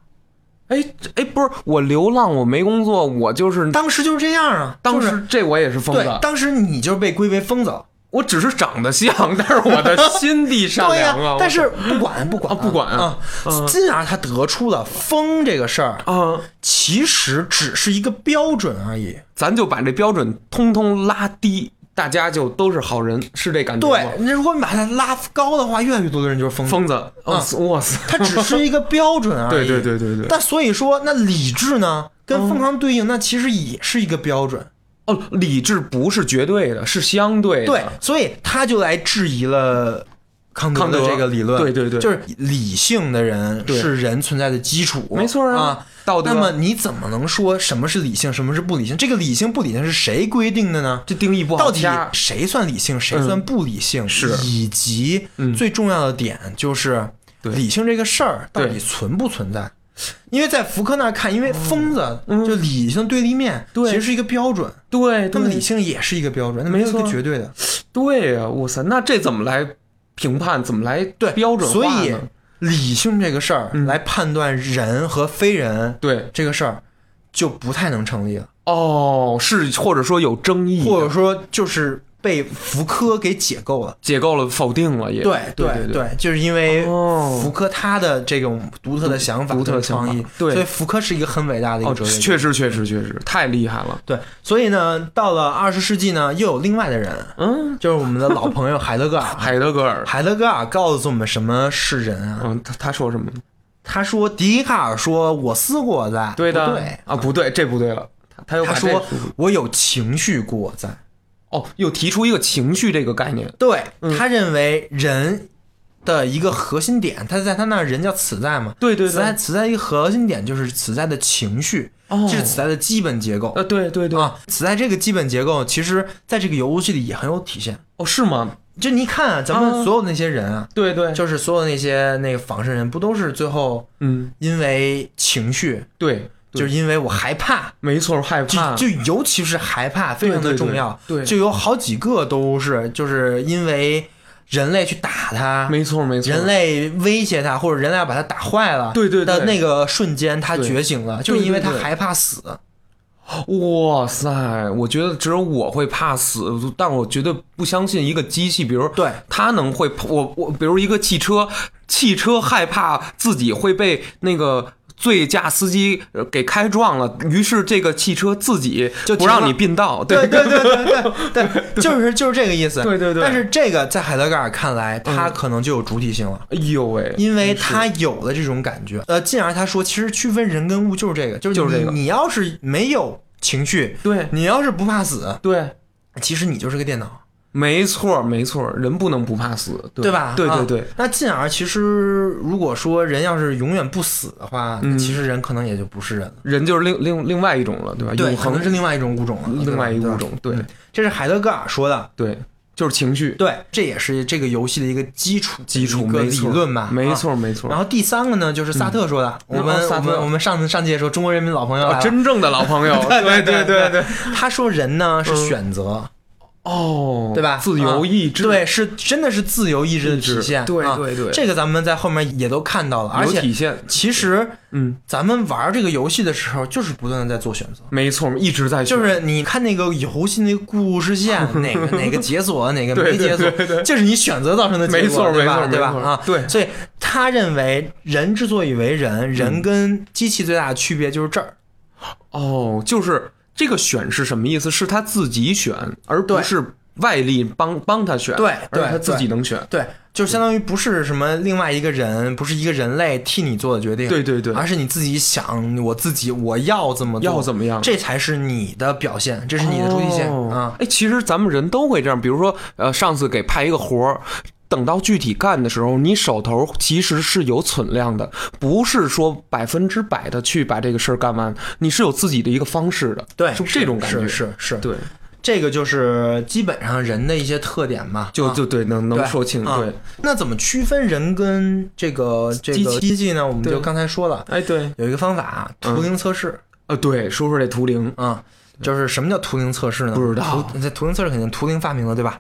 哎这哎，不是我流浪，我没工作，我就是
当时就是这样啊，
当
就是
时这我也是疯
对，
的，
当时你就是被归为疯子，
我只是长得像，但是我的心地善
对呀、
良啊。
但是不管不管、
啊不管啊
啊，进而他得出了疯这个事儿，
啊，
其实只是一个标准而已。
咱就把这标准通通拉低，大家就都是好人，是这感觉
对
吗？，
那如果你把它拉高的话，越来越多的人就是疯子。
疯子，哇塞哇塞，
它嗯只是一个标准而已。
对对对对嗯对。
但所以说，那理智呢，跟疯狂对应，那其实也是一个标准。
哦，理智不是绝对的，是相对的。
对，所以他就来质疑了康德
啊康
的
德
这个理论。
对对对
就是理性的人
对
是人存在的基础，
没错啊
啊。
道德
那么你怎么能说什么是理性，什么是不理性？这个理性不理性是谁规定的呢？
这定义不好
到底
加
谁算理性，谁
嗯
算不理性？
是嗯
以及最重要的点就是，
对
理性这个事儿到
对
底存不存在？因为在福柯那儿看，因为疯子就理性对立面，
哦嗯对
其实是一个标准。
对
那么理
对
性也是一个标准，那没有一
没
个
错
绝对的。
对呀、哇塞，那这怎么来评判？怎么来
对，
标准
所
化呢嗯
以理性这个事儿来判断人和非人
对
这个事儿，就不太能成立了，
哦，是或者说有争议的，
或者说就是被福柯给解构了。
解构了否定了也。
对
对
对
对，
就是因为
哦
福柯他的这种独特的想法、
独特的
跟创
想
意
法，对
所以福柯是一个很伟大的一
哦，
个哲学家。
确实确实确实太厉害了。
对，所以呢，到了二十世纪呢，又有另外的人，
嗯，
就是我们的老朋友海德格尔。
海德格尔，
海德格尔告诉我们什么是人啊？
嗯，他他说什么？
他说，笛卡尔说：“我思故我在。”
对的，
不对，
啊，不对，这不对了。他又把
他
这
说我有情绪故我在，
哦，又提出一个情绪这个概念，
对
嗯
他认为人的一个核心点，他在他那儿人叫此在嘛，
对对对
此在此在一个核心点就是此在的情绪，
哦
这是此在的基本结构。
呃，对对对，
啊，此在这个基本结构，其实在这个游戏里也很有体现。
哦，是吗？
就你看啊，咱
啊
们所有的那些人啊，
对对，
就是所有那些那个仿生人，不都是最后
嗯，
因为情绪，
对，
就
对
是因为我害怕，
没错，害怕，
就就尤其是害怕非常
对
的
对
重要。
对对
就有好几个都是就是因为人类去打他，
没错没错，
人类威胁他，或者人类要把他打坏了，
对对对
的那个瞬间他
对
觉醒了，就是因为他
对对
害怕死。
哇塞！我觉得只有我会怕死，但我绝对不相信一个机器，比如
对
它能会我我，比如一个汽车，汽车害怕自己会被那个醉驾司机呃给开撞了，于是这个汽车自己
就
不
停
让
了
你并道，
对对对对对，就是就是这个意思。
对对对嗯
但是这个在海德格尔看来，他可能就有主体性了。
哎呦喂，
因为他有了这种感觉，呃，进而他说，其实区分人跟物就是这个，就是
就是这
你
个
你要是没有情绪，
对
你要是不怕死，
对，
其实你就是个电脑，
没错没错，人不能不怕死，对
对吧？
对
啊
对对，
那进而其实如果说人要是永远不死的话，
嗯
那其实人可能也就不是人了，
人就是另另另外一种了，对吧？
对，
永
可能
恒
是另外一种物种了，对
另
吧
外一
对吧
物种，对
嗯这是海德格尔说的。
对，就是情绪
对，这也是这个游戏的一个基础
基础
一个
没
理
错
论吧，
没
啊
错没错
然。后第三个呢，就是萨特说的，
嗯
我们、
哦萨
我
特
们我们上上届说中国人民老朋友来了、
哦，真正的老 朋友，对对对对，，
他说人呢是
嗯
选择，
哦，
对吧？
自由意志，
啊，对，是真的是自由意志的
意志
体现，
对
啊
对对
这个咱们在后面也都看到了，而
有
且
体现，
其实
嗯，
咱们玩这个游戏的时候，就是不断的在做选择。
没错，一直在学
就是你看那个游戏那个故事 线，哪个哪个解锁，哪个
对
没解锁
对对对，
这是你选择造成的结
没
果，
错
对吧？
没错
对吧？
没错
啊，
对
所以他认为人之所以为人，人跟机器最大的区别就是这儿，
哦，就是这个选是什么意思？是他自己选，而不
对
是外力帮帮他选，
对
而
对
是他自己能选，
对，就相当于不是什么另外一个人，不是一个人类替你做的决定，
对对对
而是你自己想，我自己我要怎么做
要怎么样？
这才是你的表现，这是你的主体性
哦
啊。
哎，其实咱们人都会这样，比如说，呃，上次给派一个活儿。等到具体干的时候，你手头其实是有存量的，不是说百分之百的去把这个事儿干完，你是有自己的一个方式的，
对，
是这种感觉，
是是是，
对，
这个就是基本上人的一些特点吧，
就
啊
就对，能能
对
说清，
啊
对，
那怎么区分人跟这个这
机器
个嗯机器呢？我们
对
就刚才说了，
哎对，
有一个方法，图灵测试
呃对，说说这图灵，
啊、就是什么叫图灵测试呢？
不知道
图这图灵测试肯定图灵发明了，对吧？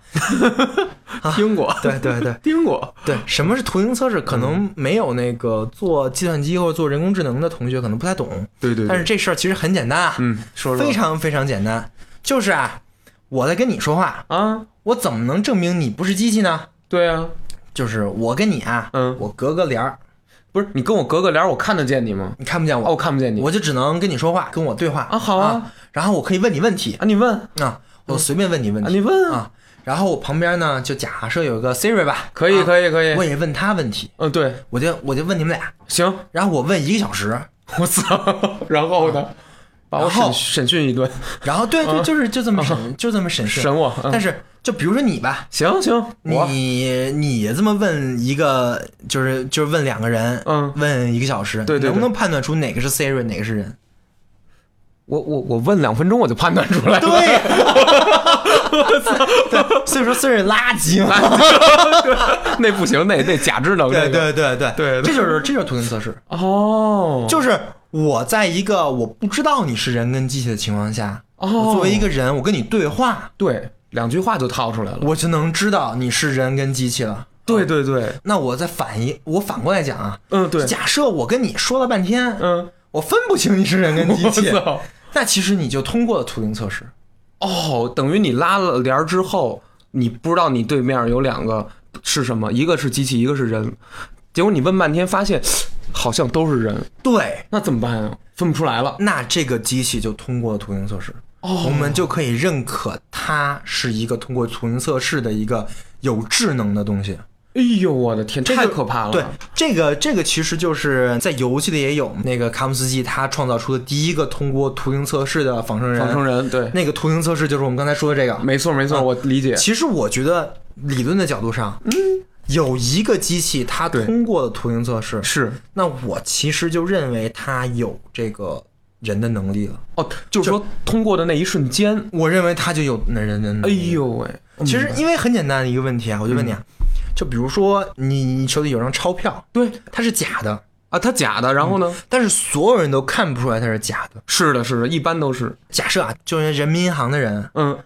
听过，
啊对对 对
听过，
对，什么是图灵测试？可能没有那个做计算机或者做人工智能的同学可能不太懂，
对对，
但是这事儿其实很简单啊，
嗯，说说
非常非常简单，就是啊，我在跟你说话，
啊，
我怎么能证明你不是机器呢？
对啊，
就是我跟你啊，
嗯
我隔个帘儿，
不是你跟我隔个帘儿，我看得见你吗？
你看不见我，
哦，我看不见你
我就只能跟你说话，跟我对话
啊好啊
然后我可以问你问题
啊，你问啊，
啊，我随便问你问
你
题
问啊，
啊，然后我旁边呢就假设有个 Siri 吧，
可以
以，
可以可
啊
以
我，也问他问题，
嗯对，
我就我就问你们俩，
行，
然后我问一个小时，
我操，然后呢，把我
然后
审审讯一顿，
然后对对，就是就这么审，就这么审视
嗯审。我，嗯
但是就比如说你吧，
行行，我
你你这么问一个，就是就是问两个人，
嗯
问一个小时，
对对对
能不能判断出哪个是 Siri，哪个是人？
我我我问两分钟我就判断出来了，
对，对，所以说 Siri 垃圾嘛。
那不行，那那假智能，
对
这个
对对对
对对
这就是这就是图形测试，
哦，
就是我在一个我不知道你是人跟机器的情况下，
哦
我作为一个人，我跟你对话，
对，两句话就套出来了。
我就能知道你是人跟机器了。
对对对，
那我再反一，我反过来讲啊，
嗯对，
假设我跟你说了半天，
嗯，
我分不清你是人跟机器
我，操
那其实你就通过了图灵测试。
哦，等于你拉了帘儿之后，你不知道你对面有两个是什么，一个是机器，一个是人，结果你问半天发现好像都是人，
对，
那怎么办呀？分不出来了。
那这个机器就通过了图形测试，
哦
我们就可以认可它是一个通过图形测试的一个有智能的东西。
哎哎呦我的天，太可怕了！
对，这个这个其实就是在游戏里也有那个卡姆斯基他创造出的第一个通过图形测试的仿生人。
仿生人对，
那个图形测试就是我们刚才说的这个。
没错没错，我理解。
其实我觉得理论的角度上，嗯，有一个机器它
对
通过了图形测试，
是
那我其实就认为它有这个人的能力了。
哦，就是说通过的那一瞬间，
我认为它就有那人的能
哎
力。
呦嗯喂，
其实因为很简单的一个问题啊，我就问你啊，就比如说你你手里有张钞票，
对
它是假的，
啊，他假的，然后呢？
但是所有人都看不出来它是假的。
是的，是的，一般都是，
假设啊，就是人民银行的人，
嗯，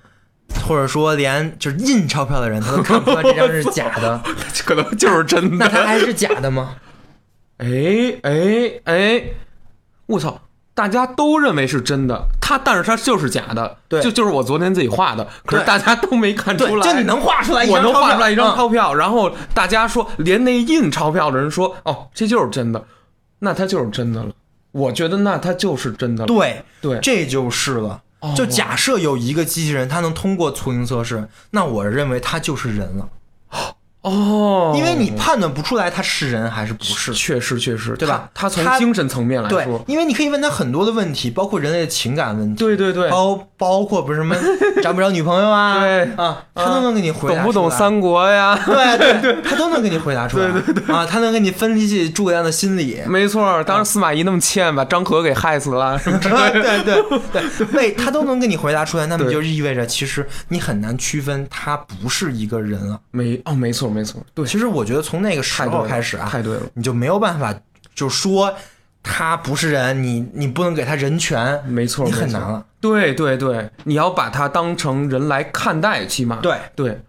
或者说连就是印钞票的人，他都看不出来这张是假 的，
可能就是真
那它
的。
还是假的吗？
哎哎哎，我操！大家都认为是真的，他但是他就是假的，
对
就就是我昨天自己画的，可是
对
大家都没看
对
出，来，
就你能画出来一
我
张钞
能
票，
画出来一张
嗯
钞票，然后大家说，连那印钞票的人说，哦，这就是真的，那他就是真的了。我觉得那他就是真的了。
对
对
这就是了
哦。
就假设有一个机器人，它能通过图形测试，那我认为它就是人了，
哦，
因为你判断不出来它是人还是不是。
确实确实，
对吧
他他从
他
精神层面来
对
说，，
因为你可以问他很多的问题，包括人类的情感问题，
对对对，
包包括不是什 么找不着女朋友啊，
对
啊，他都能给你回答
懂不懂
出来？
三 国呀？
对对对，他都能给你回答出来，对对对啊，他能给你分析诸葛亮的心理，
没错，当时司马懿那么欠，把张合给害死了， 是不是
对对 对对，他都能给你回答出来，那么就意味着其实你很难区分他不是一个人了。
没哦，没错没错，对，
其实我觉得从那个时
太对
候
了
开始啊，
太对了，
你就没有办法就说他不是人，你你不能给他人权，
没错，
你很
没错
难啊了。
对对对，你要把他当成人来看待，起码
对，
对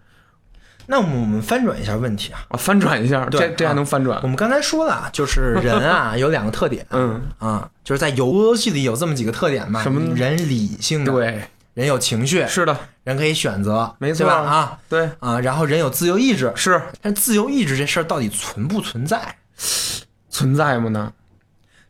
那我们翻转一下问题啊，
啊，翻转一下，
对
这这还
啊
能翻转
我？们刚才说了，啊，就是人 啊有两个特点
嗯，
啊，就是在游戏里有这么几个特点嘛，
什么呢
人理性的，
对，
人有情绪，
是的，
人可以选择，
没错
对吧啊
对，
啊，然后人有自由意志，
是
但自由意志这事儿到底存不存在，
存在吗呢？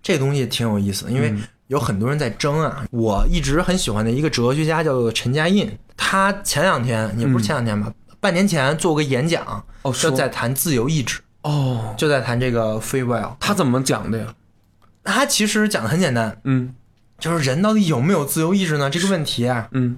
这东西挺有意思，因
嗯
为有很多人在争啊。我一直很喜欢的一个哲学家叫做陈嘉映，他前两天也不是前两天吧，半年前做过个演讲，
嗯哦
就
说
在谈自由意志，
哦，
就在谈这个 free will。
他怎么讲的呀？
他其实讲的很简单，
嗯
就是人到底有没有自由意志呢？这个问题啊，
嗯，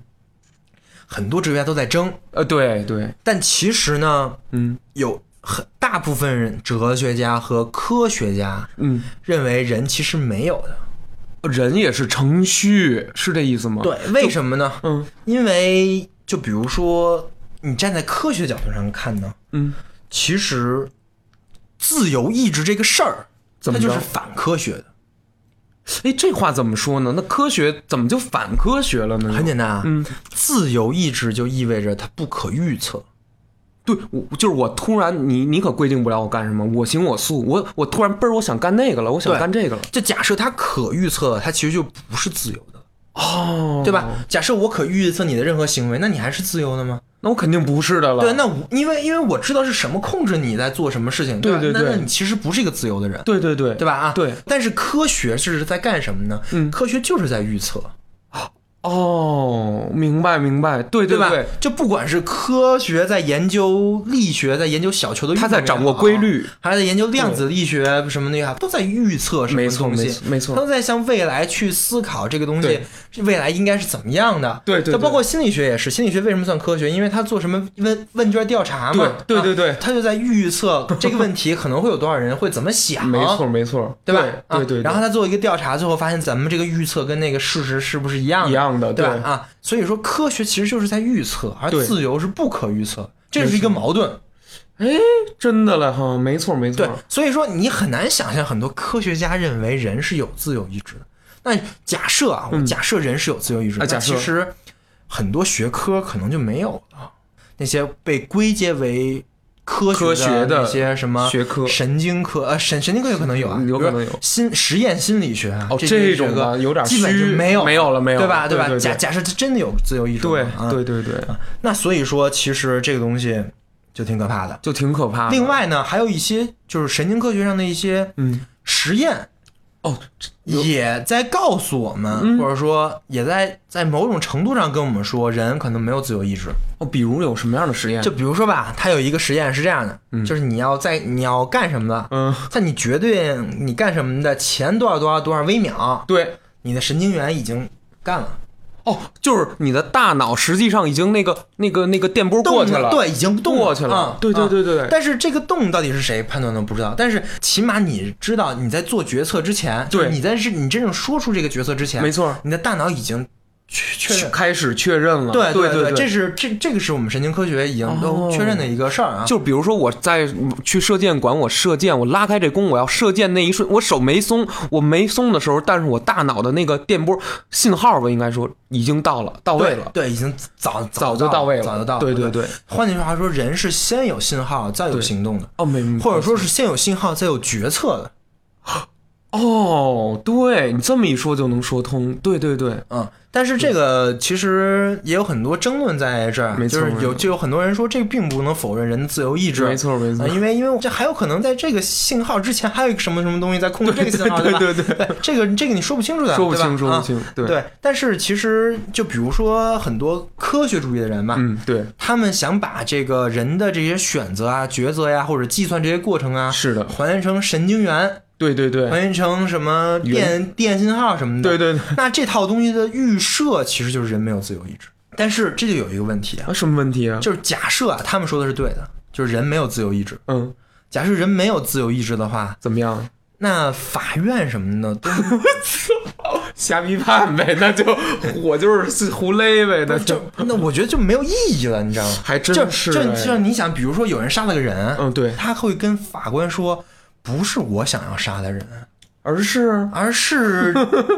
很多哲学家都在争，
呃，对对，
但其实呢，
嗯
有很大部分人哲学家和科学家
嗯，
认为人其实没有的。
人也是程序，是这意思吗？，
对，为什么呢？
嗯
因为就比如说，你站在科学角度上看呢，
嗯，
其实自由意志这个事儿，
怎么
它
着
就是反科学的。
哎，这话怎么说呢？那科学怎么就反科学了呢？
很简单啊，
嗯，
自由意志就意味着它不可预测。
对，我就是我突然你你可规定不了我干什么，我行我素，我我突然嘣儿我想干那个了，我想
对
干这个了。
就假设它可预测，它其实就不是自由的，
哦，
对吧？？假设我可预测你的任何行为，那你还是自由的吗？
那我肯定不是的了。
对，那我因为因为我知道是什么控制你在做什么事情，吧？
对对对
那那你其实不是一个自由的人，
对对对
对吧？啊，
对。
但是科学是在干什么呢？
嗯
科学就是在预测。
哦，明白明白，对
对吧？
对，
就不管是科学在研究力学，在研究小球的运
他
动
在
也好，
掌握规律，
还是在研究量子力学什么的也好，都在预测什么
没错
东
没
西。
错没错
他，都在向未来去思考这个东西
对
是未来应该是怎么样的，
对对
就
对
包括心理学也是，心理学为什么算科学？因为他做什么问问卷调查嘛，
对对对
啊
对
他就在预测这个问题可能会有多少人会怎么想，
没错没错，
对吧？啊
对对对，
然后他做一个调查，最后发现咱们这个预测跟那个事实是不是一样的？
一样的，
对
对
吧？啊，所以说科学其实就是在预测，而
对
自由是不可预测，这是一个矛盾。
真的了哈，没错没错
对，，所以说你很难想象很多科学家认为人是有自由意志的。那假设啊，我假设人是有自由意志的，
嗯啊假
那
设
其实很多学科可能就没有了。那些被归结为科
科学的
那些什么
学科
神经科呃神神经科有可能有啊，
有可能有
比如说心实验心理学啊
哦
这
这
些
种
学科
的有点
基本
虚
就没有
没有了没有
对
了
吧
对
吧？
对对
假假设他真的有自由意志了
对
啊，
对对对，
那所以说，其实这个东西就挺可怕的。
就挺可怕的。
另外呢，还有一些就是神经科学上的一些
嗯，
实验，
哦，嗯
也在告诉我们，或者说也在在某种程度上跟我们说，人可能没有自由意志。
哦，比如有什么样的实验？
就比如说吧，他有一个实验是这样的，就是你要在你要干什么的，
嗯，
在你决定你干什么的前多少多少多少微秒，
对，
你的神经元已经干了，
哦，就是你的大脑实际上已经那个那个那个电波过去
动
了，
了，对，已经动
过去了
嗯、
对对对对对
但是这个动到底是谁判断的不知道，但是起码你知道你在做决策之前，就是
对
你在是你真正说出这个决策之前，
没错，
你的大脑已经确确认。
开始确认了，
对
对
对
对，
这是这这个是我们神经科学已经都
哦
确认的一个事儿啊。
就比如说我在去射箭馆，我射箭，我拉开这弓，我要射箭那一瞬，我手没松，我没松的时候，但是我大脑的那个电波信号吧，应该说已经到了，到位
对
了，
对，已经早
早就
就
到位了，
早就到位
对对对，
换句话说，人是先有信号，再有
对
行动的，
哦，没，
或者说是先有信号，再有决策的。
哦，对你这么一说就能说通，对对对，
嗯，但是这个其实也有很多争论在这儿，
没
就
错
是
没
有
错
就有很多人说这并不能否认人的自由意志，
没错没错
呃因为因为这还有可能在这个信号之前还有一个什么什么东西在控制这个信号，
对
吧
对对对
对，这个这个你说不清楚的，
说不
对吧
清说
啊
不清，对，
对，但是其实就比如说很多科学主义的人嘛，
嗯对，
他们想把这个人的这些选择啊、抉择呀、或者计算这些过程啊，
是的，
还原成神经元，
对对对，
还原成什么电电信号什么的。
对对对，
那这套东西的预设其实就是人没有自由意志，但是这就有一个问题啊，
啊什么问题啊？
就是假设啊，他们说的是对的，就是人没有自由意志。
嗯，
假设人没有自由意志的话，
怎么样？
那法院什么的都
瞎批判呗，那就 我就是胡勒呗，那
就那我觉得就没有意义了，你知道吗？
还真
就是就
哎
就像你想，比如说有人杀了个人，
嗯对，
他会跟法官说，不是我想要杀的人，
而是
而是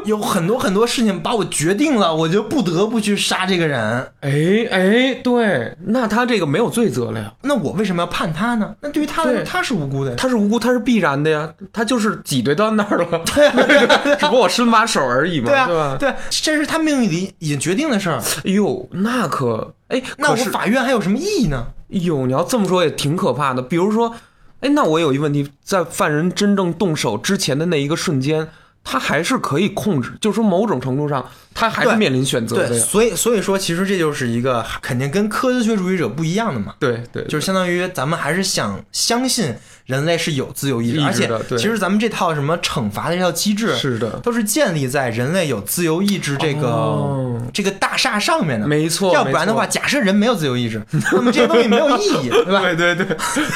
有很多很多事情把我决定了，我就不得不去杀这个人。
哎哎，对，那他这个没有罪责了呀，
那我为什么要判他呢？那对于他来说，
对
他是无辜的呀。
他是无辜，他是必然的呀，他就是挤兑到那儿了， 对啊，只不过我伸把手而已嘛，
对啊，
吧？
对啊，这是他命运里已经决定的事儿。
哎呦，那可哎，
那我
可是
法院还有什么意义呢？
哎呦，你要这么说也挺可怕的。比如说，哎，那我有一问题，在犯人真正动手之前的那一个瞬间，他还是可以控制，就是说某种程度上，他还是
对
面临选择的
对，
呀。
所以所以说，其实这就是一个肯定跟科学主义者不一样的嘛。
对对，
就是相当于咱们还是想相信人类是有自由意志，
意
而
志
且
的对
其实咱们这套什么惩罚的这套机制
是的
都是建立在人类有自由意志这个、
哦
这个大厦上面的，
没错
要不然的话，
没
假设人没有自由意志，那么这些东西没有意 义，对吧？
对对对，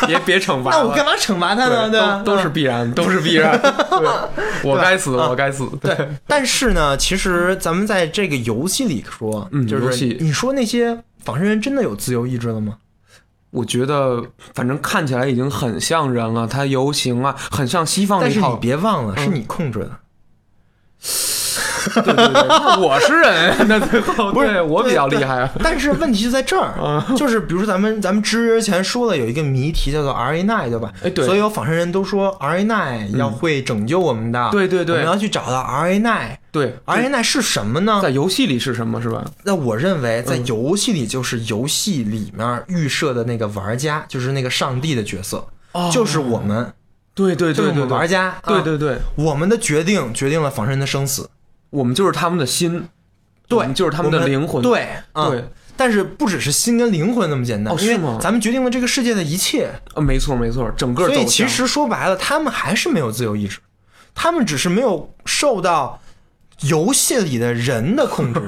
别别惩罚
那
了。
我干嘛惩罚他呢？ 对啊吧？
都都是必然，都是必 然。对，我该死，我该死。对，
啊对，但是呢，其实咱们在这个游戏里说，
嗯
就
游
是
戏
你说那些仿生人真的有自由意志了吗？
我觉得反正看起来已经很像人了，他游行啊，很像西方那
但是你
套。
别忘了，是你控制的。
对对对，那我 是人，那最后不是我比较厉害啊。
但是问题就在这 儿，
嗯
就是比如说咱们咱们之前说了有一个谜题叫做 RA9，对吧？
哎对
所有仿生人都说 RA9 要会拯救我们的，
嗯对对对
我们要去找到 RA9。
对，
RA9 是什么呢
在？嗯游戏里是什么是吧？
那我认为在游戏里就是游戏里面预设的那个玩家，就是那个上帝的角色，
哦
就是我们，
对对
就是
对
我
对，
们玩
家，嗯
家，
对
啊，
对对，
我们的决定决定了仿生人的生死，
我们就是他们的心，我们就是他们
我
的灵魂，
对啊
对
但是不只是心跟灵魂那么简单，
哦
因
是
为
吗
咱们决定了这个世界的一切，
呃没错没错，整个
所以
走
其
向
实说白了，他们还是没有自由意志，他们只是没有受到游戏里的人的 控制，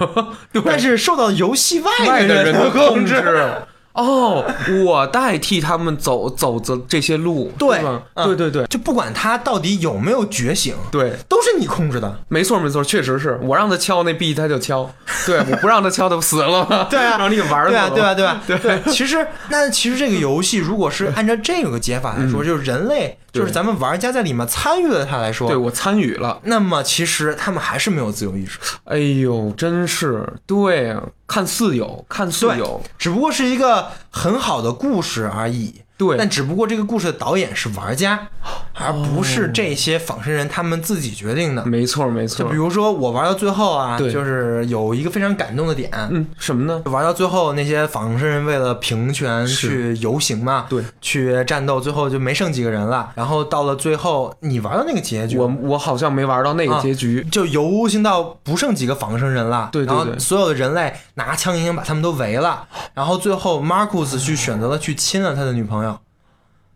但是受到游戏外
外
的
的
人
人的控
制。
制。哦，我代替他们走走这这些路，
对
是吧
嗯
对对对
就不管他到底有没有觉醒，
对，
都是你控制的。
没错没错，确实是我让他敲那币他就敲， 对，我不让他敲他不死了吗？
对啊
让你给玩死
对啊，
了，
对啊，对啊，对。其实，那其实这个游戏如果是按照这个解法来
嗯
说，就是人类，就是咱们玩家在里面参与了它来
对
说，
我参与了，
那么其实他们还是没有自由意识。
哎呦，真是对啊，看似有，看似
对
有，
只不过是一个很好的故事而已。
对
但只不过这个故事的导演是玩家，而不是这些仿生人他们自己决定的。
哦没错没错
就比。如说我玩到最后啊，
对
就是有一个非常感动的点，
嗯，什么呢？
玩到最后那些仿生人为了平权去
是
游行嘛，
对，
去战斗，最后就没剩几个人了。然后到了最后，你玩到那个结局，
我我好像没玩到
啊
那个结局。
就游行到不剩几个仿生人了，
对对
然后
对
所有的人类拿枪已经把他们都围了，然后最后 Marcus 去选择了去亲了他的女朋友，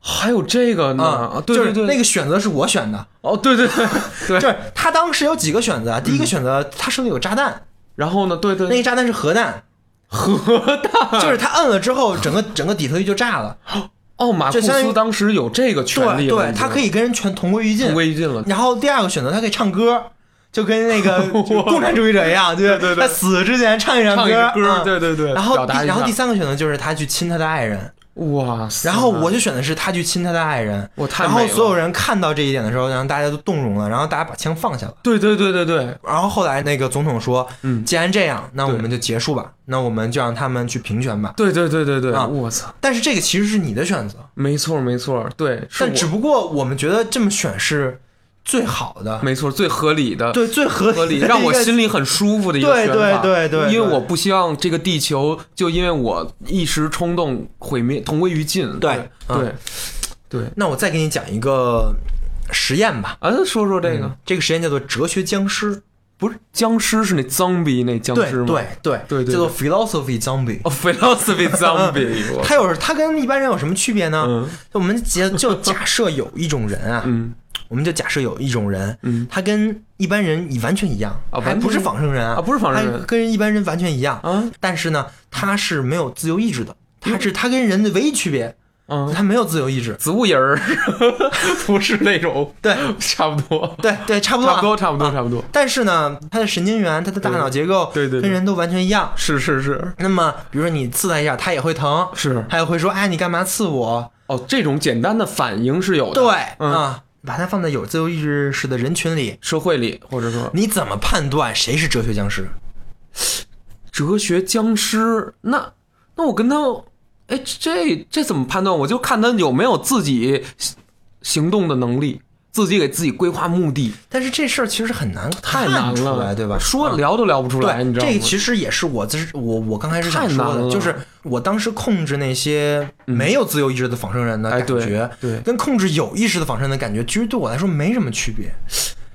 还有这个呢？
啊
啊，对对
就
对，
是那个选择是我选 的，
哦，对对 对对。
就是他当时有几个选
嗯
择，第一个选择他手里有炸弹，
然后呢？对对，
那 个炸弹是核弹，核
啊
弹就是他摁了之后，整个整个底特律就炸了，
哦，马
就
库
相当于
斯当时有这个权
对
利
对，他可
以
以跟人全同归于尽
同，归于尽了。
然后第二个选择，他可以唱歌，就跟 那个就共产主义者一样，对
对对对
他死之前唱一唱
唱一
歌
个，
嗯
歌，对对对，
然后
表
第
达一
然后
下
第三个选择就是他去亲他的爱人，
哇塞，
然后我就选的是他去亲他的爱人，
我嗯太
然
美
后
了
所有人看到这一点的时候，然后大家都动容了，然后大家把枪放下了。
对对对对对，
然后后来那个总统说，
嗯
既然这样，那我
对
们就结束吧，那我们就让他们去平权吧。
对对对对对，
啊
我操，
但是这个其实是你的选择，
没错没错，对，是
但
我
只不过我们觉得这么选是最好的，
没错最合理的，
对，最合
嗯合理
的
让我
一个
心里很舒服的一个
对
选法，
对对对对
因为我不希望这个地球就因为我一时冲动毁灭同归于尽，
对
对
嗯
对对，
那我再给你讲一个实验吧，
啊，说说这个
这个实验叫做哲学僵尸，
不是僵尸是那 zombie 那僵
对
尸吗？
对对
对对
叫做 philosophy zombie。
哦，philosophy zombie，我
它有它跟一般人有什么区别呢？
嗯
就我们 假就假设有一种人啊，
嗯
我们就假设有一种人，
嗯
他跟一般人完全一样，
啊
还
完全
不是仿生人
啊不是仿生人
他跟一般人完全一样，
啊
但是呢，他是没有自由意志的，他是他跟人的唯一区别，
嗯，
他没有自由意志。
植物人儿 不是那种，
对，
差不多，
对对，差不多、
差
啊，
不多，差不多，差不多，
但是呢，他的神经元、他的大脑结构，
对对对
跟人都完全一样。
是是是
那么，比如说你刺他一下，他也会疼，
是，
他也会说：“哎，你干嘛刺我
哦，这种简单的反应是有？”的，
对，
嗯
啊，把它放在有自由意识的人群里，
社会里或者说
你怎么判断谁是哲学僵尸？
哲学僵尸，那那我跟他，哎，这这怎么判断？我就看他有没有自己行行动的能力，自己给自己规划目的，
但是这事儿其实很难
太
看
难
出
了，
来，对吧？
说
嗯
聊都聊不出来，
对
你，知道吗？
这个其实也是我自我我刚开始想
太
说
难
的，
了
就是我当时控制那些没有自由意志的仿生人的
哎
感
对
觉，
对
跟控制有意识的仿生人的感觉，其实对我来说没什么区别。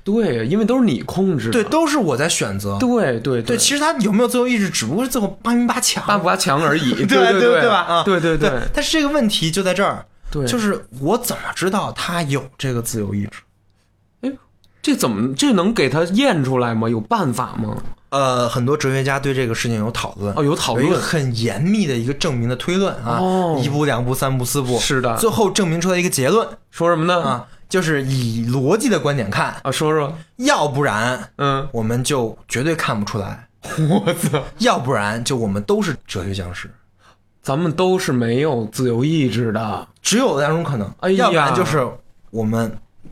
对，因为都是你控制的，
对，都是我在选择。
对对
对，其实他有没有自由意志，只不过是最后八名八强，
八不八强而已，
对
对
对吧？啊，
对对
对但是这个问题就在这儿，
对，
就是我怎么知道他有这个自由意志？
这怎么这能给他验出来吗？有办法吗？
呃，很多哲学家对这个事情有讨论，
哦有讨论
有一个很严密的一个证明的推论啊，
哦
一步两步三步四步，
是的
最后证明出来一个结论
说什么呢？
啊，就是以逻辑的观点看，
啊，说说，
要不然
嗯，
我们就绝对看不出来，
我操，
要不然就我们都是哲学僵尸。
咱们都是没有自由意志的，
只有两种可能，
哎呀
要不然就是我们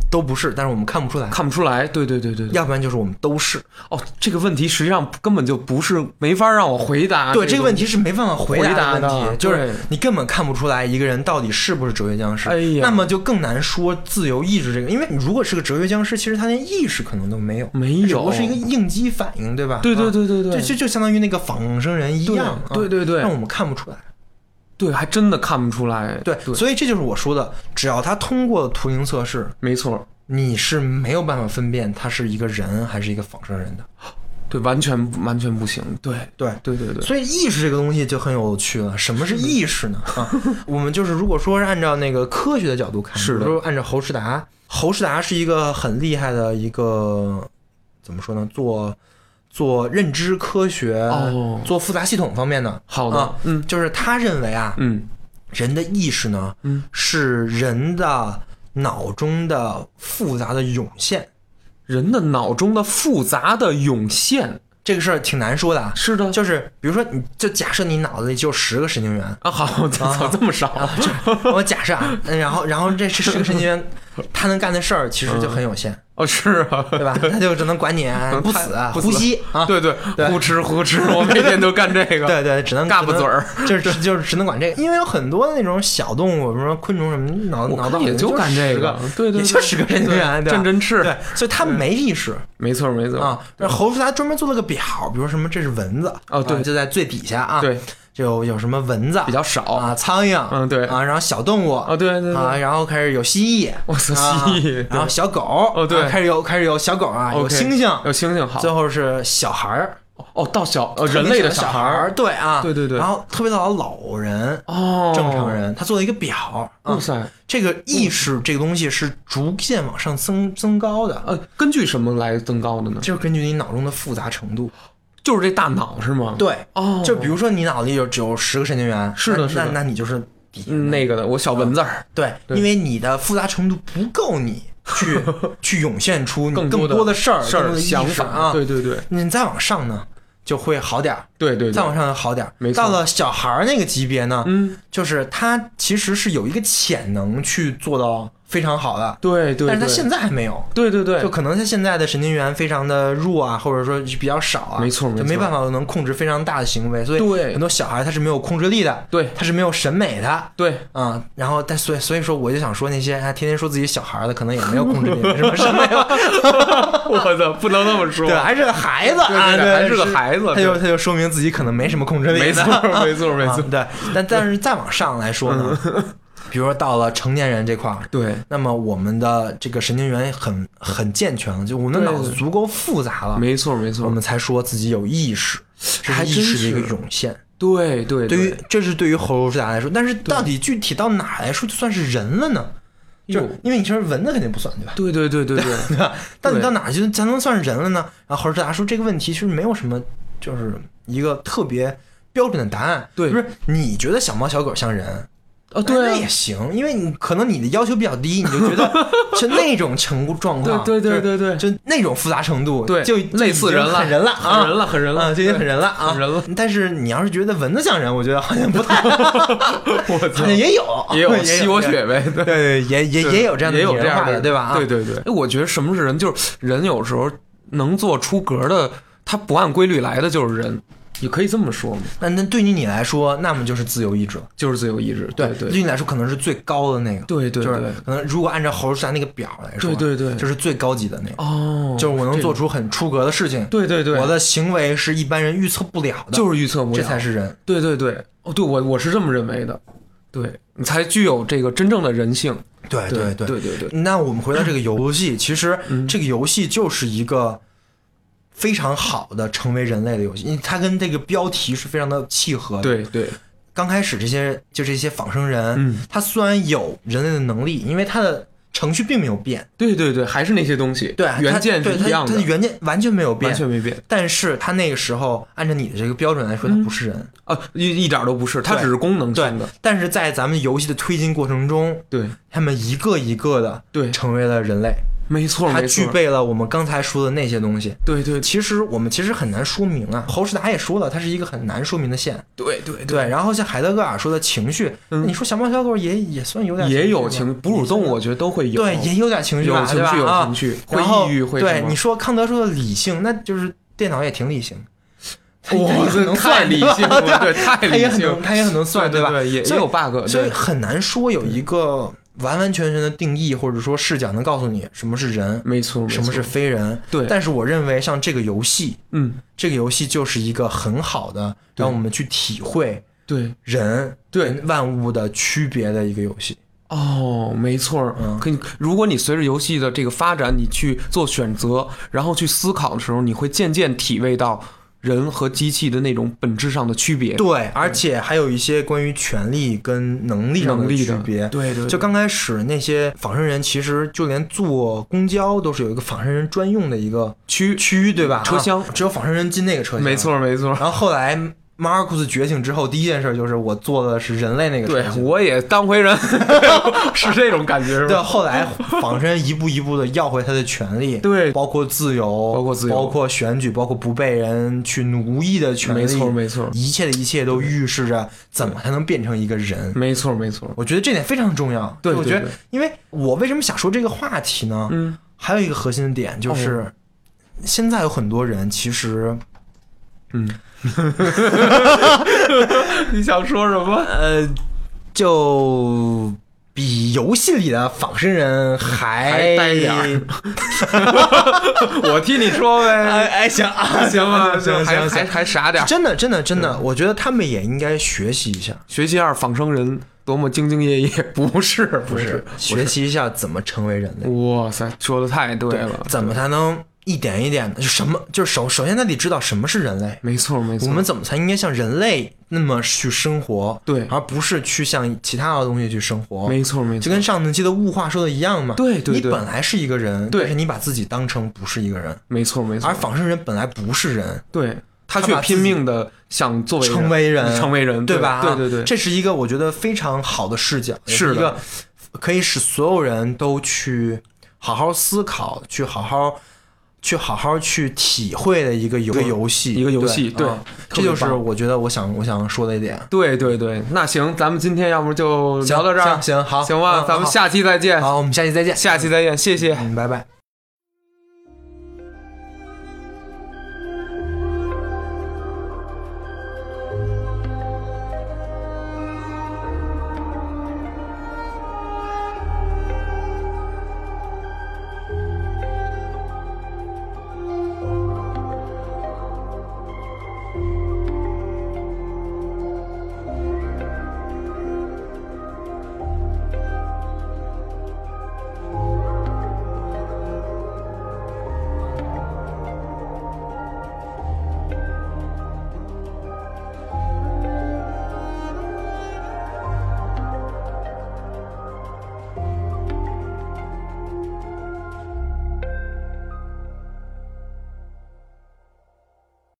都不是，但是我们看不出来；
看不出来。对对对对对。
要不然就是我们都是。
哦，这个问题实际上根本就不是没法让我回答。
对，这个问
题，
题是没办法回
回答
的问题，
的啊
就是
对
你根本看不出来一个人到底是不是哲学僵尸。
哎呀
那么就更难说自由意志这个，因为你如果是个哲学僵尸，其实他连意识可能都没有，
没有
只不过是一个应激反应，对吧？
对对对对
啊
对
就就就相当于那个仿生人一样，啊
对对对对
但我们看不出来。
对，还真的看不出来。
对，
对，
所以这就是我说的，只要他通过图灵测试，
没错，
你是没有办法分辨他是一个人还是一个仿生人的。
对，完全完全不行。对
对
对对对，
所以意识这个东西就很有趣了。什么是意识 呢？啊，我们就是如果说是按照那个科学的角度看，
是的
比如说按照侯世达，侯世达是一个很厉害的一个怎么说呢？做做认知科学、
哦
做复杂系统方面的。
好的
啊
嗯
就是他认为啊，
嗯，
人的意识呢，
嗯
是人的脑中的复杂的涌现。
人的脑中的复杂的涌现，
这个事儿挺难说的啊，
是的，
就是比如说，你就假设你脑子里只有十个神经元，
啊，好， 操，这么少，
啊我假设啊，嗯然后然后这这十个神经元，他能干的事儿其实就很有限。
哦，是啊，
对 吧？他就只能管你啊不死啊，
嗯不死
呼吸啊，
对对
对
呼哧呼哧，我每天都干这个。
对对，只能
嘎巴嘴儿，
只能就是只就是只能管这个，因为有很多那种小动物，比如说昆虫什么，脑
我
脑
看
袋
也
就
就干这
10
个，对对，
也
对
就十个神经元，对吧
对振振翅，
对，所以他们没意识
没错没错
啊。那侯叔他专门做了个表，比如说什么这是蚊子
哦对
啊就在最底下啊，
对，
就有什么蚊子
比较少
啊，苍蝇，
嗯对
啊，然后小动物
啊，对对对，
啊，然后开始有蜥蜴，
我操，
啊
蜥蜴，
然后小狗，
哦对
啊开始有开始有小狗啊，有
OK
猩猩，
有猩猩好
最，后是小孩儿，
哦，到小呃人类的
小
孩
儿，
儿，
对啊，
对对对
然后特别到老人、
哦，嗯
正常，人，他做了一个表，啊
哇，塞，
这个意识这个东西是逐渐往上增增高的，
呃，根据什么来增高的呢？
就是根据你脑中的复杂程度。
就是这大脑是吗？，
对，
哦，
就比如说你脑里有只有十个神经元，
是的
那
是的
那那你就是底
嗯那个的，我小蚊子儿，
对，
对
因为你的复杂程度不够你去 去涌现出你
更
嗯更
的
多的事儿、
事
更多
儿
的意识
想法
啊。
对对对
你再往上呢，就会好点儿。
对对
再
对，
往上好点儿，
没错
到了小孩儿那个级别呢，
嗯，
就是他其实是有一个潜能去做到非常好的，
对对，
但是他
对
现在还没有，
对对对
就，可能他现在的神经元非常的弱啊，或者说比较少啊，
没错没错
就没办法能控制非常大的行为，所以
对
很多小孩他是没有控制力的，
对
他是没有审美的。
对，
啊、然后但所以所以说，我就想说那些哎还天天说自己小孩儿的，可能也没有控制力，没什么审美吧，
我操，不能那么说
对，还是个孩子啊，
对对
对，
还是个孩子
他就他就说明自己可能没什么控制力的，
没错没错没错
啊，嗯对，但但是再往上来说呢， 比如说到了成年人这块儿，
对，
那么我们的这个神经元很很健全了，就我们的
对
脑子足够复杂了，
没错没
我
错，
们才说自己有意识，这
还
是
真
意识的一个
是
涌现。
对对
对于这是对于喉咙复杂来说，但是到底具体到哪儿来说就算是人了呢？就
哟
是因为你说蚊子肯定不算对吧？
对对对对 对，
对吧？到底
对
到哪儿就才能算是人了呢？然后侯尔达说这个问题其实没有什么，就是一个特别标准的答案。
对
不是你觉得小猫小狗像人，
哦
哎那
对
也
啊，
行，因为你可能你的要求比较低，你就 觉得就那种程度状况，
对对对
就是
对
就那种复杂程度，
对
就
类似人了
就已经很人了啊，
很人了很人了
啊就已经很人了啊，
很人了。
但是你要是觉得蚊子像人，我觉得好像不太，
我操
好像， 也有，
也有吸我
对
血呗，对。
对，也 也也有这样的
也有这
拟人
样
化的，对吧？啊
对对对，哎我觉得什么是人，就是人有时候能做出格的，他不按规律来的就是人，你可以这么说嘛，
那那对于你来说，那么就是自由意志了。
就是自由意志。对
对
对
于你来说可能是最高的那个。
对对
就是
对，
可能如果按照侯世达那个表来说，
对对对
就是最高级的那个，
哦，
就是我能做出很出格的事情。
对对对，
我的行为是一般人预测不了的，
就是预测不了，
这才是人。
对对对，哦，对我我是这么认为的，对你才具有这个真正的人性。
对
对
哎
嗯
对。
对对对，
那我们回到这个游 戏，其实这个游戏就是一个非常好的成为人类的游戏，因为它跟这个标题是非常的契合的。
对对，
刚开始这些就这些仿生人，
嗯
他虽然有人类的能力，因为他的程序并没有变，
对对对，还是那些东西，
对，它
原件是
对
一样
它它的
的，
原件完全没有变
完。全没变
但是他那个时候按照你的这个标准来说，他不是人。
啊，一一点都不是，它
对
只是功能性的。
但是在咱们游戏的推进过程中，
对
他们一个一个的
对，
成为了人类，
没错
他
没
具，
错
备了我们刚才说的那些东西。
对对
其实我们其实很难说明啊，侯世达也说了，它是一个很难说明的线。
对对对，
对，然后像海德格尔说的情绪，
嗯
你说小猫小狗也也算有点
也有
情绪
情，
吧
哺乳动物我觉得都会有，
对，也有点情绪吧，
有情绪
对
有
吧
情绪，
啊、然后
会抑郁会
对
什么
你说康德说的理性，那就是电脑也挺理性，
哇，这太理性了，对，太
它也
理
很
性
能，，它也很能算，
对
吧？
对，也也
所以
有 bug，
所以
对，
很难说有一个完完全全的定义或者说视角能告诉你什么是人，
没错，没
什么
错
是非人。
对
但是我认为像这个游戏，
嗯，
这个游戏就是一个很好的
对
让我们去体会
对
人
对
跟万物的区别的一个游戏。
哦，没错儿，可以。如果你随着游戏的这个发展，你去做选择，然后去思考的时候，你会渐渐体味到人和机器的那种本质上的区别。
对，而且还有一些关于权力跟能力上
能力
区
的
别。
对对，
就刚开始那些仿生人，其实就连坐公交都是有一个仿生人专用的一个
区
区域，对吧？
车厢
啊只有仿生人进那个车厢。
没。错儿没错儿。
然后后来马尔库斯觉醒之后，第一件事就是我坐的是人类那个车
对，
厢。
我也当回 人，是这种感觉是
对，
吧？
后来仿生人一步一步的要回他的权利，
对
包括自由，
包括自由
包括选举，包括不被人去奴役的权利，
没错没错
一切的一切都预示着怎么才能变成一个人。
没错儿没错儿。
我觉得这点非常重要。
对
我
对
觉得
对，
因为我为什么想说这个话题呢？
嗯，哦
还有一个核心的点就是，现在有很多人其实
你想说什么？
呃，就比游戏里的仿生人还
还呆点儿我替你说
哎
呗，
哎，行啊，
行吧，
行
就
行
还
行
还
行，
还傻点儿。
真的真的真的，我觉得他们也应该学习一下，
学习二仿生人多么兢兢业业，不是不是，
学习一下怎么成为人类，
哇塞，说的太对了，
怎么才能一点一点的，就什么就是首首先他得知道什么是人类，
没错没错，
我们怎么才应该像人类那么去生活，
对
而不是去像其他的东西去生活，
没错没错，
就跟上一期的物化说的一样嘛。
对对
你
对
本来是一个人，
对
但是你把自己当成不是一个人，
没错没错，
而仿生人本来不是人，
对他
他
却
把自己
拼命的想作为
成为人，
成为人，
对吧？
对对对，
这是一个我觉得非常好的视角，也
是的
一个可以使所有人都去好好思考，去好好。去好好去体会的一个游一个游戏，
一个游戏对
嗯
特
这
别
就是
棒
我觉得我想我想说的一点。
对对对，那行，咱们今天要不就
行
聊到这儿，
行行好
行吧，
嗯
咱们
好
下期再见，
好，我们下期再见，
下期再见，谢谢。
嗯，拜拜。